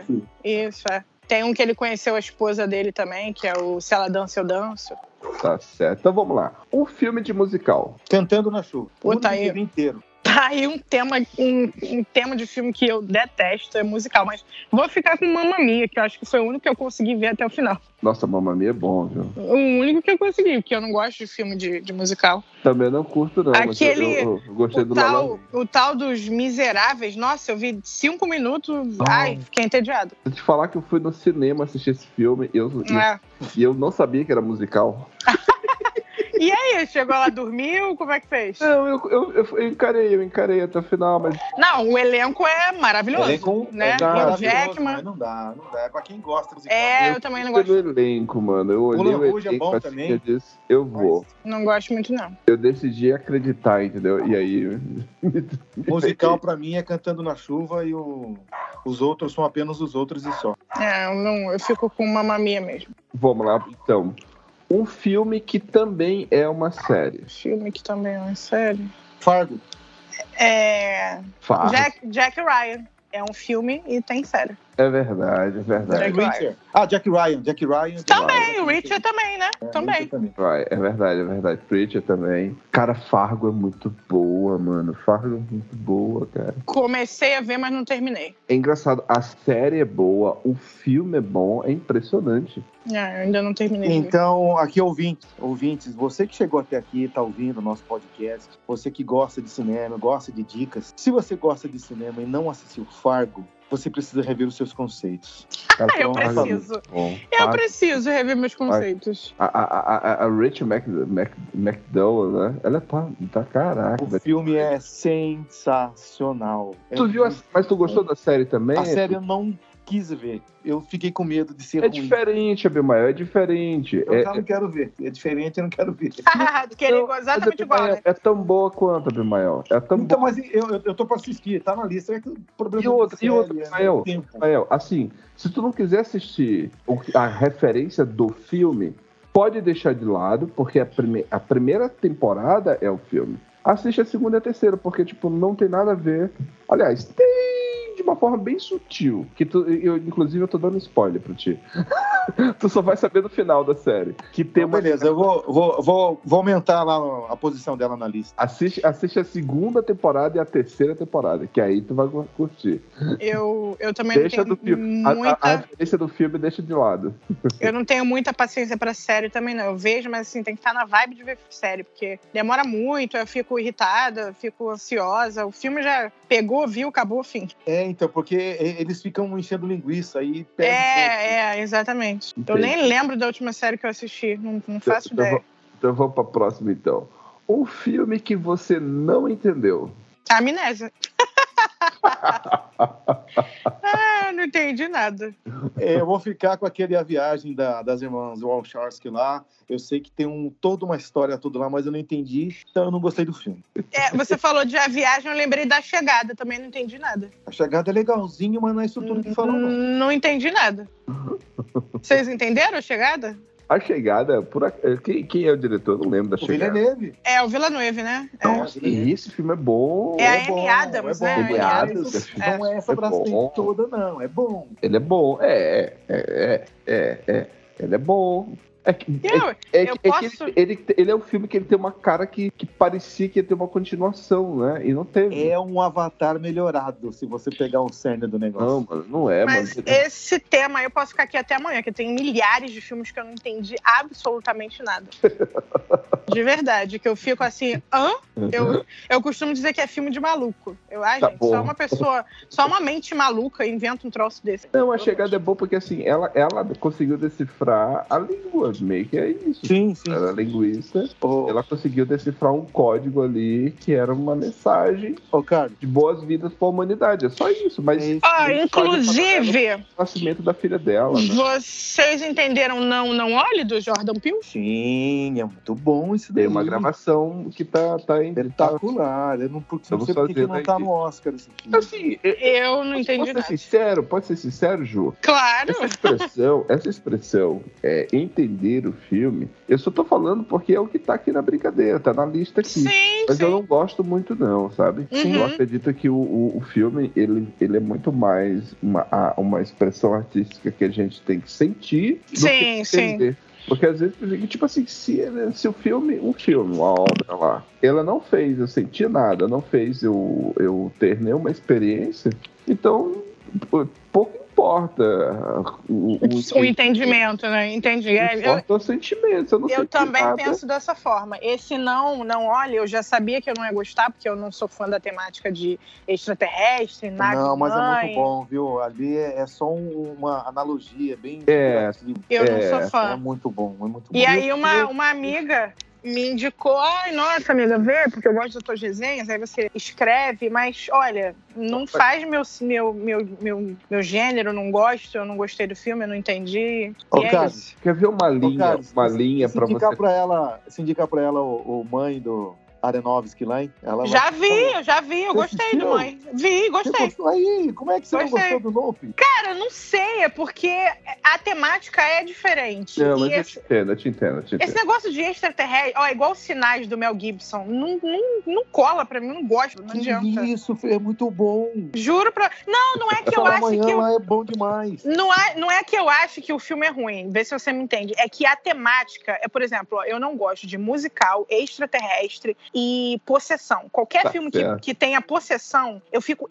B: Mike.
D: Mike.
B: Isso, é. Tem um que ele conheceu a esposa dele também, que é o Se Ela Dança, Eu Danço.
A: tá certo. Então vamos lá. Um filme de musical.
D: Cantando na chuva.
B: Pô,
D: O
B: tá aí.
A: é-
D: filme inteiro.
B: Tá aí um tema, um, um tema de filme que eu detesto, é musical, mas vou ficar com Mamma Mia, que eu acho que foi o único que eu consegui ver até o final.
A: Nossa, Mamma Mia é bom, viu?
B: O único que eu consegui, porque eu não gosto de filme de, de musical.
A: Também não curto, não. mas eu-
B: Aquele-
A: eu, eu
B: O
A: gostei é do La La
B: tal, o tal dos miseráveis, nossa, eu vi cinco minutos, ai, fiquei entediado.
A: Vou te falar que eu fui no cinema assistir esse filme e eu,
B: É.
A: e, e eu não sabia que era musical.
B: E aí, chegou lá, dormiu, como é que fez?
A: Não, eu, eu, eu, eu encarei, eu encarei até o final, mas
B: Não, o elenco é maravilhoso.
D: Elenco
B: né?
D: tá
A: Hugh
D: maravilhoso,
B: Jackman.
D: mas Não dá, não dá. É pra quem gosta. musical.
B: É,
A: Eu-
B: eu também não
A: pelo
B: gosto,
A: elenco, mano. Eu olhei o
D: Moulin Rouge é
A: elenco
D: bom
A: assim,
D: também.
A: eu disse, eu
D: Mas
A: vou.
B: não gosto muito, não.
A: Eu decidi acreditar, entendeu? E aí...
D: musical pra mim é Cantando na Chuva e o- os outros são apenas os outros e só.
B: É, eu, não, eu fico com uma mamia mesmo.
A: Vamos lá, então. Um filme que também é uma série.
B: Filme que também é uma série.
D: Fargo.
B: É.
A: Fala.
B: Jack, Jack Ryan. É um filme e tem série.
A: É verdade, é verdade.
B: Jack Ryan.
D: Reacher. Ah, Jack Ryan. Jack Ryan.
B: Também, o
A: um
B: Richard também, né?
D: É,
B: também.
D: Reacher também.
A: Vai, é verdade, é verdade. Preacher também. Cara, Fargo é muito boa, mano. Fargo é muito boa, cara.
B: Comecei a ver, mas não terminei.
A: É engraçado, a série é boa, o filme é bom, é impressionante.
B: É, eu ainda não terminei. de ver.
D: Então, aqui ouvintes, ouvintes, você que chegou até aqui, está ouvindo o nosso podcast, você que gosta de cinema, gosta de dicas, se você gosta de cinema e não assistiu Fargo, você precisa rever os seus conceitos.
A: Cara,
B: Ah, eu
A: Fargo é
B: preciso.
A: muito bom.
B: Eu
A: Ah,
B: preciso rever meus conceitos.
A: A, a, a, a Rachel Mac, Mac, McDowell, né? Ela tá, tá caraca.
D: O
A: velho.
D: filme é sensacional. É
A: Tu viu a,
D: muito
A: mas tu gostou
D: bom.
A: da série também?
D: A série eu não quis ver. Eu fiquei com medo de ser
A: É
D: ruim.
A: diferente, Abimael, é diferente.
D: Eu
A: é, Tá
D: já não quero ver. É diferente, eu não quero ver.
B: Do [laughs] que ele
A: Não,
B: gosta exatamente igual, né?
A: é tão boa quanto, Abimael. É tão
D: Então,
A: boa.
D: mas eu, eu, eu tô pra assistir, tá na lista. É que o problema
A: E outra-
D: da
A: e outra,
D: série é
A: Rafael?
D: tempo.
A: Rafael, assim, se tu não quiser assistir o- a referência do filme, pode deixar de lado, porque a, prime- a primeira temporada é o filme. Assiste a segunda e a terceira, porque, tipo, não tem nada a ver. Aliás, tem de uma forma bem sutil. Que tu, eu, inclusive, eu tô dando spoiler pra ti. [laughs] tu só vai saber no final da série. Que tem
D: Então,
A: uma.
D: beleza, eu vou, vou, vou, vou aumentar lá a posição dela na lista.
A: Assiste, assiste a segunda temporada e a terceira temporada, que aí tu vai gu- curtir.
B: Eu, eu também
A: Deixa
B: não
A: do
B: tenho
A: filme. A- a-
B: muita.
A: a referência do filme deixa de lado.
B: Eu não tenho muita paciência pra série também, não. Eu vejo, mas assim, tem que estar na vibe de ver série, porque demora muito, eu fico irritada, eu fico ansiosa. O filme já pegou, viu, acabou, fim.
D: É, então, porque e- eles ficam enchendo linguiça aí. perde um pouco.
B: É, é, exatamente. Eu
A: Entendi.
B: nem lembro da última série que eu assisti, não, não faço
A: então,
B: ideia.
A: vamos- então vamos pra próxima, então. Um filme que você não entendeu.
B: É Amnésia. [laughs] ah, não entendi nada.
D: É, eu vou ficar com aquele A Viagem da- das irmãs Walsharsky lá. Eu sei que tem um, toda uma história tudo lá, mas eu não entendi, então eu não gostei do filme.
B: É, você falou de A Viagem, eu lembrei da Chegada, também não entendi nada.
D: A chegada é
A: Hum.
D: legalzinho, mas não é isso tudo que falam, não.
B: Não entendi nada. Vocês entenderam a Chegada?
A: A chegada, por ac- eh, quem, quem é o diretor? Eu não lembro da
D: O
A: chegada.
D: Villeneuve.
B: É o Vila Noiva, né? É.
D: Nossa,
A: E esse filme é bom.
B: É a
D: É bom,
B: Amy Adams,
D: é
B: né?
D: bom.
B: A Amy
A: Amy
B: Adams.
A: Adams,
D: Não é essa
A: É
D: bracinha
A: bom.
D: toda, não. É bom.
A: Ele é bom. É, é, é, é, é, é. Ele é bom. É que, é,
B: Eu,
A: é que- é que
B: posso-
A: ele, ele, ele é um filme que ele tem uma cara que, que parecia que ia ter uma continuação, né? E não teve.
D: É um avatar melhorado, se você pegar o cerne
A: Não,
D: do negócio.
A: mano, não é,
B: mas
A: mano.
B: esse tema eu posso ficar aqui até amanhã, que tem milhares de filmes que eu não entendi absolutamente
A: [laughs]
B: nada. De verdade, que eu fico assim, hã? Eu, eu costumo dizer que é filme de maluco. Eu, ai,
A: Uhum. Tá
B: gente,
A: bom.
B: só uma pessoa, só uma mente maluca inventa um troço
A: [laughs]
B: desse.
A: Não, a chegada é boa porque assim, ela, ela conseguiu decifrar a língua, meio que é isso.
D: Sim, sim.
A: Ela é linguista,
D: Ô,
A: ela conseguiu decifrar um código ali que era uma mensagem
D: ô, Carlos.
A: de boas vidas pra humanidade. É só isso, mas
D: é isso.
B: Ah,
A: Ele
B: inclusive,
A: o nascimento da filha dela, né?
B: vocês entenderam Não Não Olhe do Jordan Peele?
D: Sim, é muito bom isso daí.
A: Tem uma gravação que tá, tá em. Tá,
D: Espetacular. Eu não, porque, não
A: Estamos
D: sei por que que
A: fazendo
D: não tá
A: aqui.
D: no Oscar esse filme.
A: assim, eu-
B: Eu não entendi
A: posso ser
B: nada. Ah,
A: sincero, pode ser sincero, Ju.
B: Claro.
A: Essa expressão, [laughs] essa expressão é entender o filme, eu só tô falando porque é o que tá aqui na brincadeira, tá na lista aqui.
B: Sim,
A: Mas eu
B: sim. Uhum.
A: não gosto muito, não, sabe?
B: Sim.
A: Eu acredito que o, o, o filme ele, ele é muito mais uma, a- uma expressão artística que a gente tem que sentir do
B: Sim,
A: que
B: sim.
A: entender. Porque às vezes, tipo assim, se, se o filme, um filme, uma obra lá, ela não fez eu sentir nada, não fez eu, eu ter nenhuma experiência, então pô, pouco importa o, o,
B: O Um entendimento, né? Entendi.
A: O
B: É,
A: que
B: eu,
A: importa é o sentimento. Eu, não
B: Eu
A: senti
B: também
A: nada.
B: penso dessa forma. Esse não, não olha, eu já sabia que eu não ia gostar, porque eu não sou fã da temática de extraterrestre, nave
D: Não, mas é
B: mãe.
D: muito bom, viu? Ali é, é só um- uma analogia bem
A: É.
D: inspirativa.
B: Eu
A: É,
B: não sou
D: É
B: fã.
D: muito bom, é muito bom.
B: E aí uma, uma amiga me indicou, ai, nossa, amiga, vê, porque eu gosto das tuas resenhas, aí você escreve, mas olha, não faz meu, meu, meu, meu, meu gênero, não gosto, eu não gostei do filme, eu não entendi.
D: Ô,
B: E é
D: Carlos,
B: isso.
A: Quer ver uma linha,
D: Carlos,
A: uma
D: se-
A: linha
D: se
A: pra
D: indicar
A: você
D: pra ela, se indicar pra ela o, o mãe do Arenovski lá, hein? Ela vai-
B: Já vi, eu já vi, eu
D: Você
B: gostei do
D: assistiu?
B: mãe. Vi,
D: Você
B: gostei.
D: gostou aí? Como é que você
B: Gostei.
D: não gostou do Nope?
B: Cara, não sei, é porque a temática é diferente.
A: Não,
B: E
A: mas é eu te
B: esse,
A: entendo, eu te entendo, eu te entendo.
B: esse negócio de extraterrestre, ó, igual os sinais do Mel Gibson, não, não, não cola pra mim, não gosto, não adianta.
D: Isso, Fê, é muito bom.
B: Juro pra. Não, não é que eu
D: Essa
B: acho
D: manhã
B: que. eu-
D: lá é bom demais.
B: Não é, não é que eu acho que o filme é ruim, vê se você me entende. É que a temática, é, por exemplo, ó, eu não gosto de musical, extraterrestre e possessão. Qualquer
A: Tá
B: filme que,
A: certo.
B: que tenha possessão, eu fico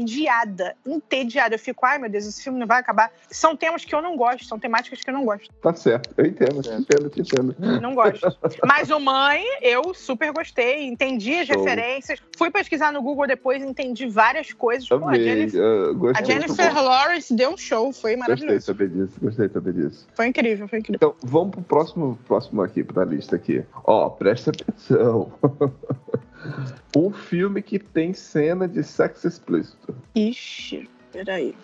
B: entediada. Entediada. Eu fico, ai meu Deus, esse filme não vai acabar. São temas que eu não gosto, são temáticas que eu não
A: [laughs]
B: gosto.
A: Tá certo, eu entendo, eu te
B: É.
D: Certo.
A: entendo, eu te entendo.
B: Não gosto. Mas o Mãe, eu super gostei, entendi as
A: Show.
B: referências. Fui pesquisar no Google depois, entendi várias coisas. Pô, a
A: Também,
B: Jennifer,
A: eu
B: a
A: ah, gostei. muito
B: Jennifer é
A: bom.
B: Lawrence deu um show, foi
A: Gostei
B: maravilhoso.
A: também disso, gostei também disso.
B: Foi incrível, foi incrível.
A: Então, vamos pro próximo, próximo aqui, pra lista aqui. Ó, presta atenção. [laughs] um filme que tem cena de sexo explícito.
B: Ixi, peraí.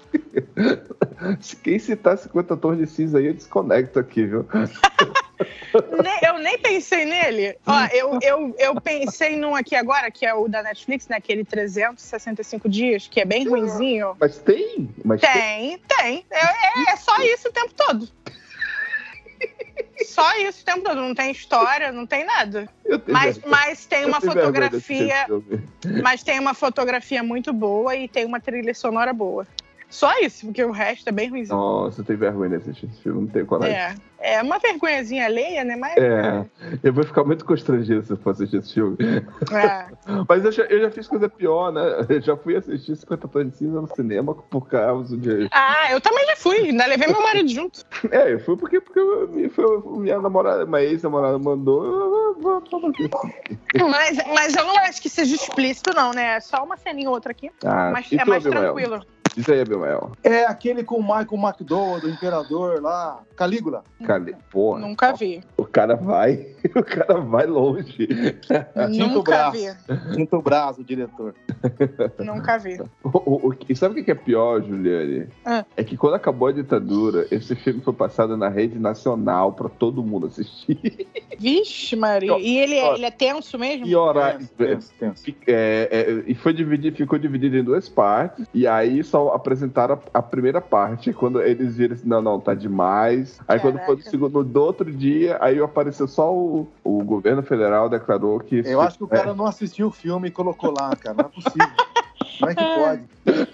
A: Se quem citar 50 tons de cinza aí, eu desconecto aqui, viu?
B: Ne- eu nem pensei nele. Ó, eu, eu, eu pensei num aqui agora, que é o da Netflix, né? Aquele 365 dias, que é bem ruinzinho.
A: Mas tem, mas tem.
B: Tem, tem. É, é- é só isso o tempo todo. Só isso o tempo todo. Não tem história, não tem nada.
A: Eu tenho
B: Mas,
A: vergonha-
B: mas tem
A: eu
B: uma
A: tenho vergonha desse
B: fotografia.
A: filme.
B: Mas tem uma fotografia muito boa e tem uma trilha sonora boa. Só isso, porque o resto é bem ruimzinho.
A: Nossa, eu tenho vergonha de assistir esse filme, não tenho coragem.
B: É, é uma vergonhazinha alheia, né? Mas.
A: É, eu vou ficar muito constrangido se eu for assistir esse filme.
B: é.
A: Mas eu já, eu já fiz coisa pior, né? Eu já fui assistir 50 Tons de Cinza no cinema por causa de.
B: Ah, eu também já fui, ainda levei meu marido junto.
A: É, eu fui porque, porque eu- me- foi- minha namorada, minha ex-namorada mandou. eu- eu- eu- eu- eu- eu-
B: Mas, mas eu não acho que seja explícito, não, né? É só uma ceninha ou outra aqui.
A: Ah,
B: Mas
A: e
B: é
A: tu,
B: mais
A: Abimael?
B: tranquilo.
A: Diz aí, Abimael.
D: É aquele com o Michael McDowell, do Imperador lá, Calígula.
A: Cara, porra,
B: Nunca vi.
A: o cara vai, [laughs] o cara vai longe. É,
D: Tinta o
B: Nunca
D: braço.
B: vi.
D: Tinta o braço, o diretor.
B: Nunca vi.
A: O- o- o- e sabe o que é pior, Juliane?
B: Ah.
A: É que quando acabou a ditadura, esse filme foi passado na rede nacional pra todo mundo assistir.
B: Vixe, Maria. E ele é, ele é tenso mesmo?
A: E horário.
D: Tenso, tenso, tenso.
A: É, é, e foi dividido, ficou dividido em duas partes. E aí só só apresentaram a, a primeira parte. Quando eles viram assim, não, não, tá demais. Aí quando foi do
B: Caraca.
A: segundo, do outro dia, aí apareceu só o, o governo federal declarou que.
D: Eu acho que o cara não assistiu o filme e colocou lá, cara. Não é possível. Como é que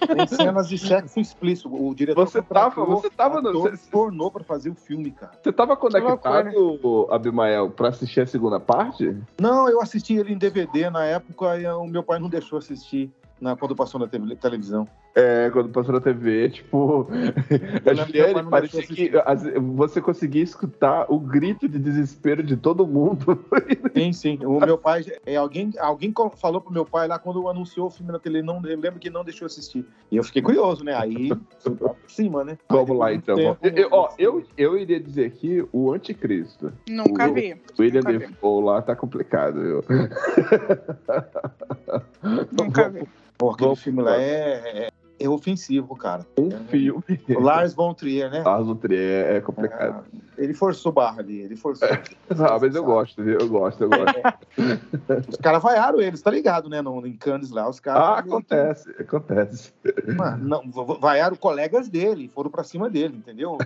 D: pode? Tem cenas de sexo explícito. O diretor
A: Você tava- você tava no-
D: ator,
A: você-
D: pornô pra fazer o filme, cara.
A: Você tava
B: Que
A: conectado, Abimael, pra assistir a segunda parte?
D: Não, eu assisti ele em DVD na época e o meu pai não deixou assistir na, quando passou na tele- televisão.
A: É, quando passou na TV, tipo.
D: [laughs] Eu
A: acho
D: lembro
A: que
D: que meu
A: ele
D: pai não
A: parecia
D: deixou
A: que as- você conseguia escutar o grito de desespero de todo mundo.
D: Sim, sim. O meu pai. É, alguém alguém co- falou pro meu pai lá quando anunciou o filme na tele, não, eu lembro que não deixou assistir. E eu fiquei curioso, né? Aí, fui pra cima, né? Aí,
A: Vamos
D: depois
A: lá,
D: de um
A: então.
D: tempo,
A: Eu, eu- ó, eu, eu iria dizer aqui o anticristo.
B: Nunca
A: O-
B: vi.
A: William
B: Nunca vi.
A: Defoe lá tá complicado. [laughs] viu?
B: Nunca
A: [laughs]
B: vi.
D: Pô, aquele
A: Vamos
D: filme lá é, é, é ofensivo, cara. É,
A: Um filme.
D: O Lars von Trier, né?
A: Lars von Trier é complicado.
D: Ele forçou barra ali, ele forçou.
A: Ah, mas eu gosto, viu? Eu gosto, eu gosto.
D: Os caras vaiaram eles, tá ligado, né? No, em Cannes lá, os caras.
A: Ah, acontece, acontece.
D: Mano, não, va- vaiaram colegas dele, foram pra cima dele, entendeu?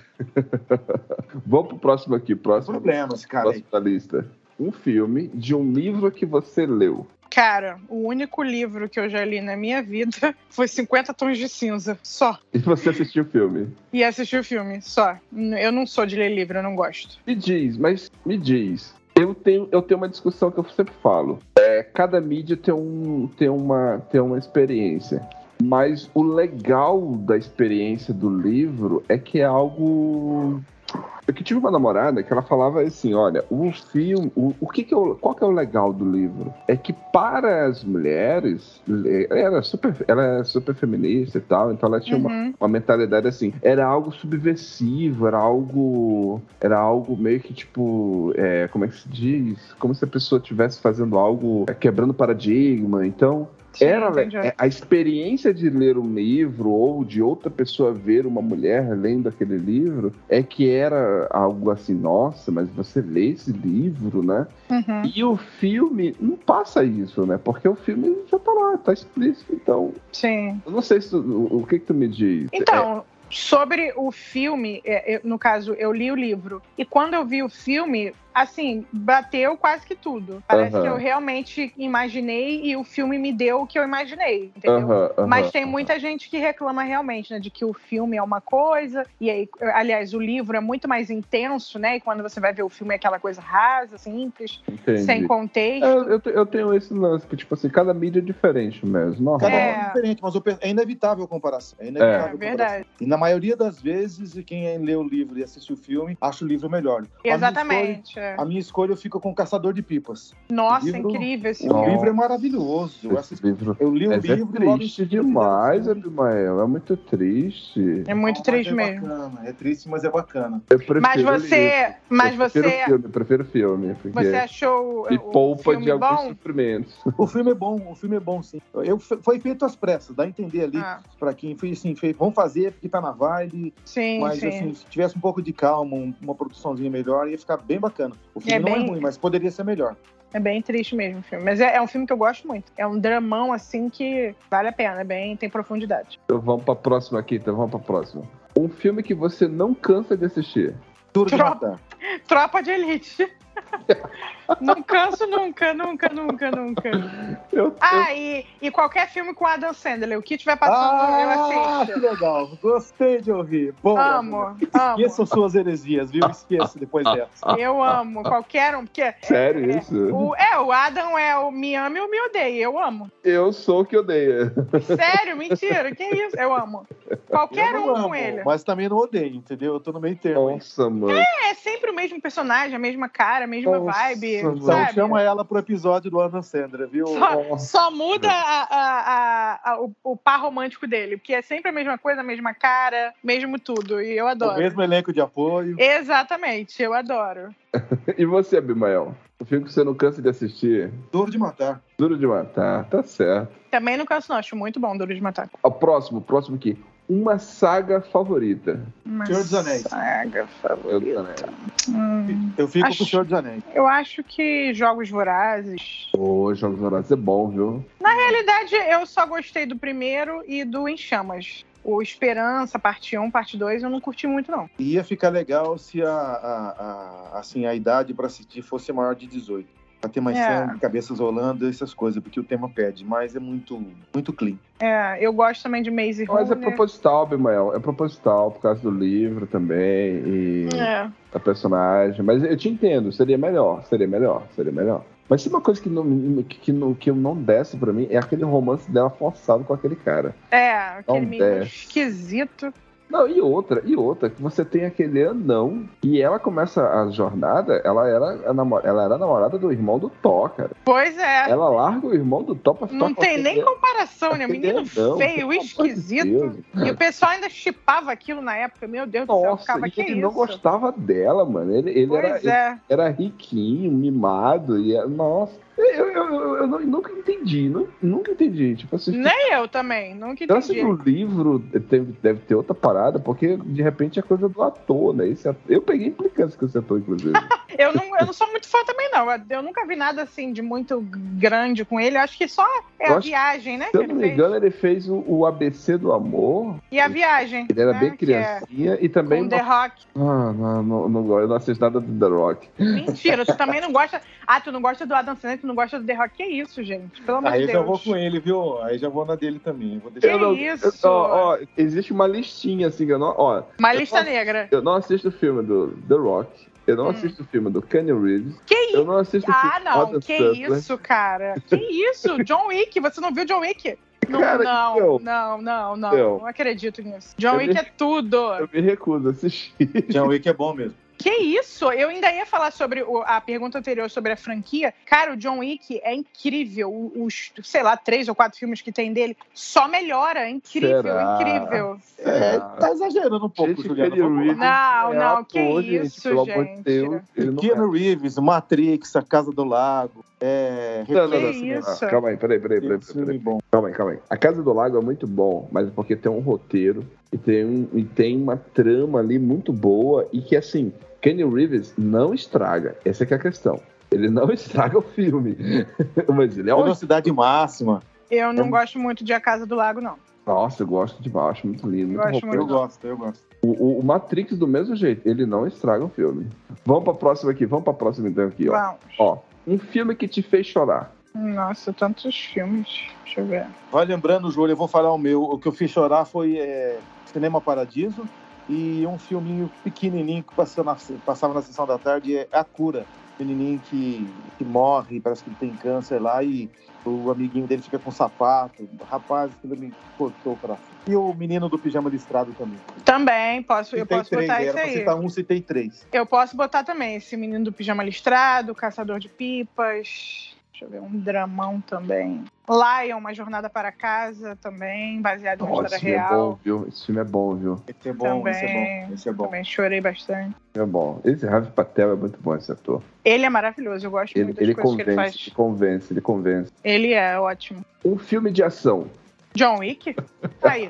A: Vamos pro próximo aqui, próximo,
D: Problema esse cara aí.
A: próximo da lista. Um filme de um livro que você leu.
B: Cara, o único livro que eu já li na minha vida [laughs] foi 50 Tons de Cinza. Só.
A: E você assistiu o filme.
B: E assisti o filme, só. N- Eu não sou de ler livro, eu não gosto.
A: Me diz, mas me diz. Eu tenho, eu tenho uma discussão que eu sempre falo. É, cada mídia tem, um, tem, uma, tem uma experiência. Mas o legal da experiência do livro é que é algo. Eu que tive uma namorada que ela falava assim: olha, o filme. O, o que que é o, qual que é o legal do livro? É que para as mulheres. é, Ela era super, ela era super feminista e tal, então ela tinha uma
B: Uhum.
A: uma mentalidade assim. Era algo subversivo, era algo. Era algo meio que tipo. é, como é que se diz? Como se a pessoa estivesse fazendo algo é, quebrando paradigma. Então,
B: Sim,
A: era le-
B: entendi.
A: é, a experiência de ler um livro ou de outra pessoa ver uma mulher lendo aquele livro é que era algo assim, nossa, mas você lê esse livro, né?
B: Uhum.
A: E o filme não passa isso, né? Porque o filme já tá lá, tá explícito, então.
B: Sim.
A: Eu não sei se tu- o, o que, que tu me diz.
B: Então, sobre o filme, é, eu- no caso, eu li o livro. E quando eu vi o filme, assim, bateu quase que tudo. Parece
A: Aham.
B: que eu realmente imaginei e o filme me deu o que eu imaginei, entendeu?
A: Aham, aham.
B: Mas tem muita gente que reclama realmente, né, de que o filme é uma coisa, e aí, aliás, o livro é muito mais intenso, né? E quando você vai ver o filme é aquela coisa rasa, simples,
A: Entendi.
B: sem contexto.
A: É, eu, te- eu tenho esse lance, que, tipo assim, cada mídia é diferente mesmo. Normal.
D: Cada um
B: É.
D: é diferente, mas eu pe- é inevitável a comparação. É, inevitável
A: É.
D: a
B: É
D: comparação.
B: verdade.
D: E na maioria das vezes, quem lê o livro e assiste o filme, acha o livro melhor. A minha
B: Exatamente. é.
D: escolha- A minha escolha eu fico com o Caçador de Pipas.
B: Nossa,
D: livro-
B: incrível esse
D: O
A: Nossa.
B: filme.
D: livro é maravilhoso. Eu,
A: Esse
D: assisti-
A: livro.
D: eu li o
A: Mas é
D: livro e logo em
A: triste
D: seguida fizeram
A: demais,
D: filme.
A: Abimael. É muito triste.
B: É muito
D: Mas
B: triste
D: é
B: mesmo.
D: bacana, É triste, mas é bacana.
A: Eu prefiro
B: Mas
A: livro.
B: você, mas
A: Eu
B: você,
A: Prefiro filme, prefiro filme. Porque
B: você achou
A: me
B: o- o
A: poupa
B: filme
A: de alguns
B: bom?
A: sofrimentos. [laughs]
D: O filme é bom, o filme é bom, sim. Eu, foi feito às pressas, dá a entender ali
B: Ah,
D: pra quem foi assim, fez, vamos fazer porque tá na vibe,
B: sim,
D: mas
B: sim.
D: assim, se tivesse um pouco de calma, um- uma produçãozinha melhor, ia ficar bem bacana. O filme
B: É
D: não
B: bem-
D: é ruim, mas poderia ser melhor.
B: É bem triste mesmo o filme. Mas é, é um filme que eu gosto muito. É um dramão, assim, que vale a pena. É bem, tem profundidade.
A: Então vamos pra próxima aqui, então vamos pra próxima. Um filme que você não cansa de assistir.
D: Duro de
B: Tropa.
D: matar.
B: Tropa de Elite. [laughs] não canso nunca, nunca, nunca, nunca.
A: Eu, eu-
B: Ah, e, e qualquer filme com Adam Sandler. O que tiver passando, eu
D: ah, que
B: assisto.
D: legal. Gostei de ouvir. Boa.
B: Amo,
D: Esqueçam
B: amo.
D: suas heresias, viu? Esqueça
A: Ah.
D: depois dessa.
B: Eu amo qualquer um, porque
A: sério
B: é,
A: isso?
B: o, é, o Adam é o me ama e o me odeia. Eu amo.
A: Eu sou o que odeia.
B: Sério, mentira, que isso? Eu amo. Qualquer
D: Eu
B: um
D: não
B: com
D: amo,
B: ele.
D: Mas também não odeio, entendeu? Eu tô no meio termo. aí.
A: [laughs] Nossa, mano.
B: É sempre o mesmo personagem, a mesma cara, a mesma
A: Nossa,
B: vibe.
A: mano.
D: Então
B: Sabe?
D: chama ela pro episódio do Ana Sandra, viu?
B: Só, só muda a- a- a- a- o, o par romântico dele, porque é sempre a mesma coisa, a mesma cara, mesmo tudo. E eu
D: O
B: adoro.
D: mesmo elenco de apoio.
B: Exatamente, eu adoro.
A: E você, Abimael? O filme que você não cansa de assistir?
D: Duro de matar.
A: Duro de matar, tá certo.
B: Também não canso, não. Acho muito bom Duro de Matar.
A: O próximo, o próximo aqui. Uma saga favorita.
B: Uma
D: Senhor dos Anéis.
B: Saga
A: Eu,
B: favorita.
A: né?
B: Hum,
D: Eu fico
B: Acho-
D: com o Senhor dos Anéis.
B: eu acho que Jogos Vorazes.
A: Ô, Jogos Horários é bom, viu?
B: Na realidade, eu só gostei do primeiro e do Em Chamas. O Esperança, parte 1, parte 2, eu não curti muito, não.
D: E Ia ficar legal se a, a, a- assim, a idade pra assistir fosse maior de 18. Pra ter mais
B: É.
D: sangue, cabeças rolando, essas coisas, porque o tema pede. Mas é muito, muito clean.
B: É, eu gosto também de Maze
A: Mas é
B: Runner.
A: proposital, Bimael. É proposital por causa do livro também e
B: É.
A: da personagem. Mas eu te entendo, seria melhor, seria melhor, seria melhor. Mas tem uma coisa que, não, que, que, não, que não desce pra mim é aquele romance dela forçado com aquele cara.
B: É,
A: Não
B: aquele meio
A: desce.
B: esquisito.
A: Não, e outra, e outra, que você tem aquele anão e ela começa a jornada, ela era a, namo- ela era a namorada do irmão do Thó, cara.
B: Pois é.
A: Ela larga o irmão do Thó pra ficar
B: Não
A: com
B: tem
A: aquele-
B: nem comparação, né?
A: aquele
B: Menino
A: anão, é pelo
B: feio,
A: amor de
B: esquisito.
A: Deus.
B: E o pessoal ainda chipava aquilo na época. Meu Deus do céu, eu
A: Nossa,
B: ficava,
A: e
B: que
A: ele
B: isso?
A: não gostava dela, mano. Ele, ele era,
B: Pois é.
A: era riquinho, mimado, e era- nossa. Eu, eu, eu, eu não- nunca entendi, nu- nunca entendi. Tipo assim,
B: Nem É eu também, nunca
A: então, assim,
B: entendi.
A: no livro tem- deve ter outra parada, porque de repente é coisa do ator, né? Esse ator- eu peguei implicância com esse ator, inclusive.
B: Eu não, eu não sou muito fã também, não. Eu nunca vi nada assim de muito grande com ele. Eu acho que só é
A: Eu
B: a
A: acho-
B: viagem, né?
A: Se
B: Que
A: eu
B: ele
A: não me
B: fez.
A: engano, ele fez o, o ABC do Amor.
B: E a viagem.
A: Ele era
B: né,
A: bem
B: que é
A: criancinha e também.
B: Com The Rock.
A: Ah, não, não, não, gosto, eu não assisto nada do The Rock.
B: Mentira, tu também não gosta. Ah, tu não gosta do Adam Sandler, tu não gosta do The Rock. Que isso, gente? Pelo amor
D: Aí
B: de
D: eu
B: Deus.
D: já vou com ele, viu? Aí já vou na dele também. Vou
B: Que
D: deixar
A: Eu não-
B: isso?
A: eu- ó, ó, existe uma listinha assim que eu não. Ó,
B: Uma
A: eu
B: lista
A: posso-
B: negra.
A: Eu não assisto o filme do The Rock. Eu não assisto o filme do Kenny Reeves.
B: Hum. Que isso?
A: Eu não assisto o
B: Ah,
A: filme do
B: não.
A: Adam
B: Que
A: Sandler.
B: isso, cara? Que isso? John Wick, você não viu John Wick? Não,
A: Cara,
B: não,
A: eu-
B: não, não, não.
A: eu-
B: Não acredito nisso. John
A: Eu
B: Wick
A: me-
B: é tudo.
A: Eu me recuso a assistir.
D: John Wick é bom mesmo.
B: Que isso? Eu ainda ia falar sobre o- a pergunta anterior sobre a franquia. Cara, o John Wick é incrível. O- Os, sei lá, três ou quatro filmes que tem dele só melhora. É Incrível,
A: Será?
B: incrível.
D: É, tá exagerando um pouco,
A: Gente,
D: Juliana.
A: Keanu
D: Vamos lá.
A: Reeves
B: Não,
A: é
B: não,
A: ator,
B: que isso,
A: Pelo amor de
B: gente.
A: Deus. Ele não é.
D: Keanu Reeves, Matrix, A Casa do Lago. É.
A: Não,
B: Que
A: não, não.
B: isso?
A: Ah, calma aí, peraí, peraí, peraí,
D: Esse
A: peraí,
D: filme
A: peraí.
D: é bom.
A: Calma aí, calma aí. A Casa do Lago é muito bom, mas é porque tem um roteiro e tem, um, e tem uma trama ali muito boa e que, assim, Kenny Reeves não estraga. Essa que é a questão. Ele não [laughs] estraga o filme. [laughs] mas ele é um
D: Velocidade máxima.
B: Eu não
A: Hum.
B: gosto muito de A Casa do Lago, não.
A: Nossa, eu gosto demais, acho muito lindo.
B: Eu
A: muito
B: acho
A: roupeiro.
D: Eu gosto, eu gosto.
A: O, o- o Matrix, do mesmo jeito, ele não estraga o filme. Vamos pra próxima aqui, vamos pra próxima então aqui, ó.
B: Bom,
A: Ó, um filme que te fez chorar.
B: nossa, tantos filmes. Deixa eu ver.
D: Vai lembrando, Júlio, eu vou falar o meu. O que eu fiz chorar foi é, Cinema Paradiso e um filminho pequenininho que passou na- passava na sessão da tarde é A Cura. Um Menininho que, que morre, parece que ele tem câncer lá e o amiguinho dele fica com sapato. Rapaz, aquilo me cortou pra fora. E o menino do pijama listrado também.
B: Também, posso, eu posso
D: três,
B: botar
D: era
B: isso
D: pra
B: aí.
D: citar um, citei três.
B: Eu posso botar também esse menino do pijama listrado, o caçador de pipas. Deixa eu ver, um dramão também. Lion, uma jornada para casa também, baseado em uma
A: Nossa, esse
B: história
A: filme é bom,
B: real.
A: viu? Esse filme é bom, viu?
D: Esse é bom, esse é
B: Também.
D: bom, esse é bom.
B: Também chorei bastante.
A: Esse filme é bom. Esse Ravi Patel é muito bom, esse ator.
B: Ele é maravilhoso, eu gosto
A: Ele,
B: muito das
A: ele
B: coisas que ele
A: convence,
B: faz.
A: ele convence, ele convence.
B: Ele é ótimo.
A: Um filme de ação.
B: John Wick? Aí.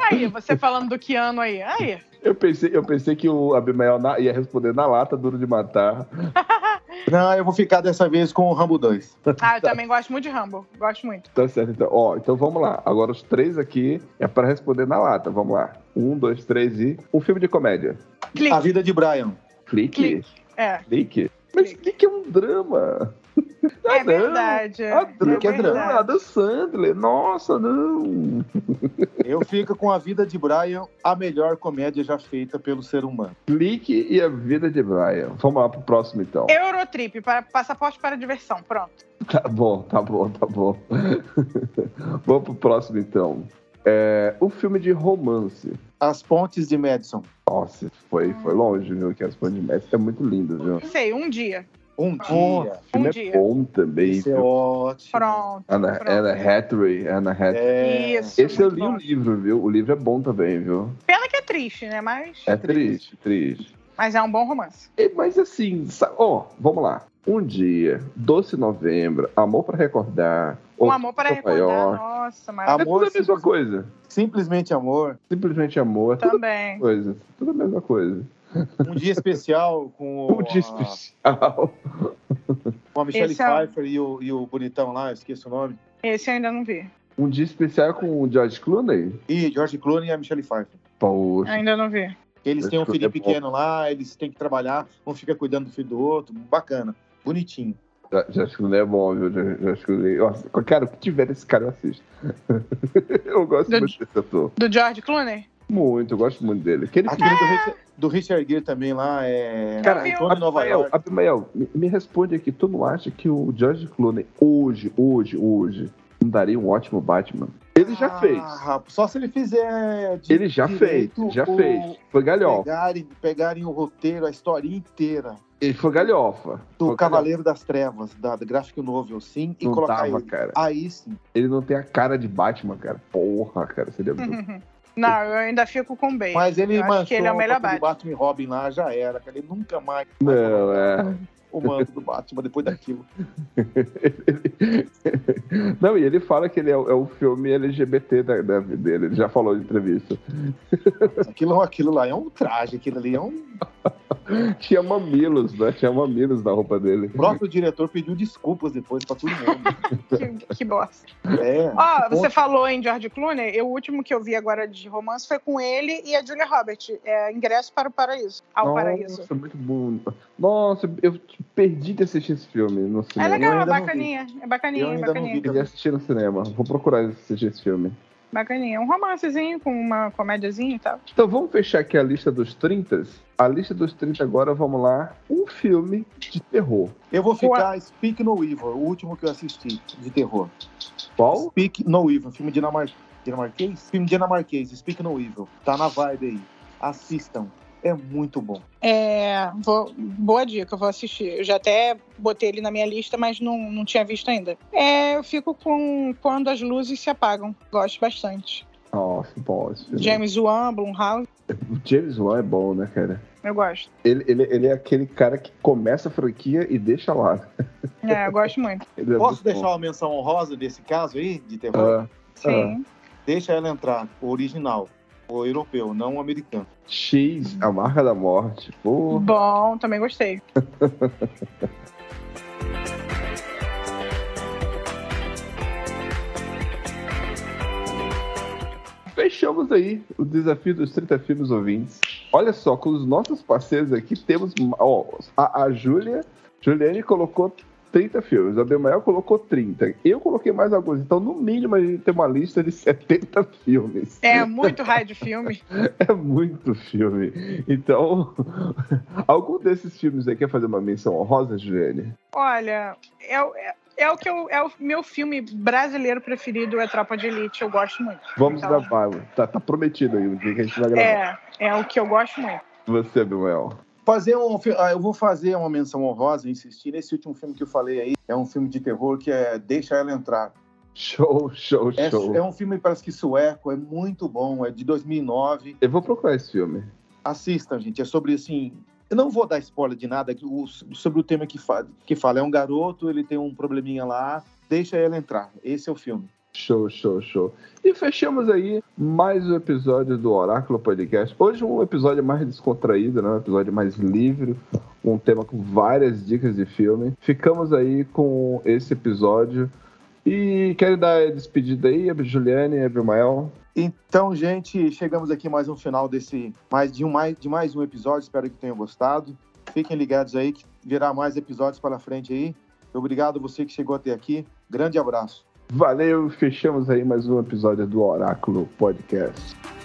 B: Aí, você falando do Keanu aí. Aí.
A: Eu pensei, eu pensei que o Abimael na- ia responder na lata, duro de matar.
D: Não, eu vou ficar dessa vez com o Rambo 2.
B: Ah, eu também gosto muito de Rambo. Gosto muito.
A: Tá certo, então. Ó, então vamos lá. Agora os três aqui é pra responder na lata. Vamos lá. Um, dois, três e. Um filme de comédia. Ah,
D: A
B: Clique.
D: Vida de Brian.
A: Clique.
B: É.
A: Clique? Mas Clique é um drama.
B: É verdade.
A: Ah, drama,
D: Clique é drama.
B: verdade.
A: Adam Sandler. Nossa, não.
D: Eu fico com A Vida de Brian, a melhor comédia já feita pelo ser humano.
A: Clique e a vida de Brian. Vamos lá pro próximo, então.
B: Eurotrip, para, passaporte para diversão. Pronto.
A: Tá bom, tá bom, tá bom. [laughs] Vamos pro próximo, então. É, o filme de romance.
D: As Pontes de Madison.
A: Nossa, foi, foi longe, viu? Que as Pandemetes é muito lindo, viu?
B: Não sei, um dia.
D: Um
A: Nossa,
D: dia.
A: o
B: Um
A: filme é
B: dia.
A: bom também.
D: Isso é
A: Viu?
D: ótimo.
B: Pronto.
A: Ana,
B: pronto.
A: Ana Hathaway, Ana Hathaway.
D: É,
B: Isso.
A: Esse eu
B: muito
A: li
B: bom.
A: o livro, viu? O livro é bom também, viu?
B: Pena que é triste, né? Mas,
A: É triste, triste.
B: mas é um bom romance.
A: É, Mas assim, sa- ó, vamos lá. Um dia, doce novembro, amor pra recordar.
B: Um
A: Outro
B: amor para
A: Nova
B: recordar.
A: York.
B: Nossa,
A: É
B: maravilhoso.
D: Amor
A: tudo a mesma
D: simples-
A: coisa.
D: Simplesmente amor.
A: Simplesmente amor, é tudo a mesma
B: Também.
A: coisa. Tudo a mesma coisa.
D: Um dia especial
A: [laughs]
D: com o,
A: Um dia especial.
D: com a Michelle
B: Esse é-
D: Pfeiffer e, o, e o bonitão lá, eu esqueço o nome.
B: Esse eu ainda não vi.
A: Um dia especial com o George Clooney?
D: E George Clooney e a Michelle Pfeiffer.
A: Poxa,
B: Ainda não vi.
D: Eles
A: Acho
D: têm um
A: que
D: filho
A: é bom.
D: pequeno lá, eles têm que trabalhar, um fica cuidando do filho do outro. Bacana, bonitinho.
A: George Clooney é bom, viu? George George Clooney. Nossa, cara, o que tiver desse cara eu assisto. [laughs] eu gosto
B: Do-
A: muito desse ator.
B: Do George Clooney? [laughs]
A: Muito, eu gosto muito dele.
B: É.
A: Aquele que
D: Aquele do, Richard, do Richard Gere também lá é.
A: Cara,
D: Antônio
A: Abimael,
D: Nova York.
A: Abimael, me, me responde aqui. Tu não acha que o George Clooney hoje, hoje, hoje, não daria um ótimo Batman? Ele já
D: Ah,
A: fez.
D: rapaz, Só se ele fizer. de-
A: Ele já fez.
D: direito
A: Já
D: ou
A: fez. Foi galhofa.
D: Pegarem, pegarem o roteiro, a historinha inteira
A: Ele foi galhofa.
D: do
A: Foi
D: Cavaleiro das Trevas, da do Graphic Novel, sim,
A: galhofa.
D: e
A: Não
D: colocar
A: dava,
D: ele.
A: cara.
D: Aí sim.
A: Ele não tem a cara de Batman, cara. Porra, cara. Seria
B: Uhum.
A: muito.
B: Não, eu ainda fico com o Bale.
D: Mas ele
B: Eu acho que ele é o
D: manchou
B: melhor
D: manto do
B: Batman.
D: Batman e Robin lá, já era, cara. Ele nunca mais
A: Não, é.
D: o manto do Batman depois daquilo.
A: Não, e ele fala que ele é, o- é o filme LGBT da, da vida dele. Ele já falou em entrevista.
D: Aquilo, aquilo lá é um traje, aquilo ali
A: [laughs]
D: é um.
A: Tinha mamilos, né? Tinha mamilos na roupa dele.
D: O próprio diretor pediu desculpas depois pra
A: [laughs]
D: todo mundo.
B: Que, que bosta.
D: É.
B: Ó, você
D: que bosta.
B: falou em George Clooney. Eu, o último que eu vi agora de romance foi com ele e a Julia Roberts. É, Ingresso para o Paraíso. Ao Paraíso. É
A: Nossa, é muito bom. Nossa, eu perdi de assistir esse filme no
B: É
A: cinema.
B: legal,
D: Eu
B: é
D: ainda não vi.
B: bacaninha. É
D: Eu
B: bacaninha, é
D: ainda não
B: bacaninha.
D: vi.
A: Eu queria assistir no cinema. Vou procurar assistir esse filme.
B: Bacaninha. Um romancezinho com uma comédiazinha e tal.
A: Então vamos fechar aqui a lista dos 30. A lista dos 30 agora, vamos lá. Um filme de terror.
D: Eu vou ficar Speak No Evil, o último que eu assisti de terror.
A: Qual?
D: Speak No Evil, filme dinamar... dinamarquês? Filme dinamarquês, Speak No Evil. Tá na vibe aí. Assistam. É muito bom.
B: É, vou- boa dica, eu vou assistir. Eu já até botei ele na minha lista, mas não, não tinha visto ainda. É, eu fico com Quando as Luzes Se Apagam. Gosto bastante.
A: Nossa, bom. Esse filme.
B: James Wan, Blumhouse,
A: O James Wan é bom, né, cara?
B: eu gosto.
A: Ele, ele, ele é aquele cara que começa a franquia e deixa lá.
B: É, eu gosto muito.
A: Ele é
D: Posso
A: muito
D: deixar
A: bom.
D: uma menção honrosa nesse caso aí, de terror?
A: Ah,
B: Sim.
D: Deixa ela entrar, o original. O europeu, não o americano.
A: X, a marca da morte. Pô.
B: Bom, também gostei.
A: Fechamos aí o desafio dos 30 filmes ouvintes. Olha só, com os nossos parceiros aqui, temos ó, a, a Júlia. Juliane colocou 30 filmes, a Bemael colocou 30. Eu coloquei mais alguns, então no mínimo a gente tem uma lista de 70 filmes.
B: É muito raio de filme.
A: É muito filme. Então, [laughs] algum desses filmes aí quer fazer uma menção honrosa, Juliane?
B: Olha, é, o- é, é o que eu, é o meu filme brasileiro preferido, é Tropa de Elite. Eu gosto muito.
A: Vamos
B: Então-
A: gravar. Tá, tá prometido aí o dia que a gente vai gravar.
B: É, é o que eu gosto muito.
A: Você, Bemael.
D: Fazer um, fi- ah, eu vou fazer uma menção honrosa, insistir nesse último filme que eu falei aí. É um filme de terror que é Deixa Ela Entrar.
A: Show, show,
D: É,
A: show.
D: é um filme, parece que sueco, é muito bom, é de 2009.
A: Eu vou procurar esse filme.
D: Assistam, gente, é sobre assim. Eu não vou dar spoiler de nada que o- sobre o tema que, fa, que fala. É um garoto, ele tem um probleminha lá, deixa ela entrar. Esse é o filme.
A: Show, show, show. E fechamos aí mais um episódio do Oráculo Podcast. Hoje um episódio mais descontraído, né? um episódio mais livre, um tema com várias dicas de filme. Ficamos aí com esse episódio. E quero dar a despedida aí, a Juliane, a Abimael.
D: Então, gente, chegamos aqui mais um final desse mais de um mais, de mais um episódio. Espero que tenham gostado. Fiquem ligados aí que virá mais episódios pela frente aí. Obrigado a você que chegou até aqui. Grande abraço.
A: Valeu, fechamos aí mais um episódio do Oráculo Podcast.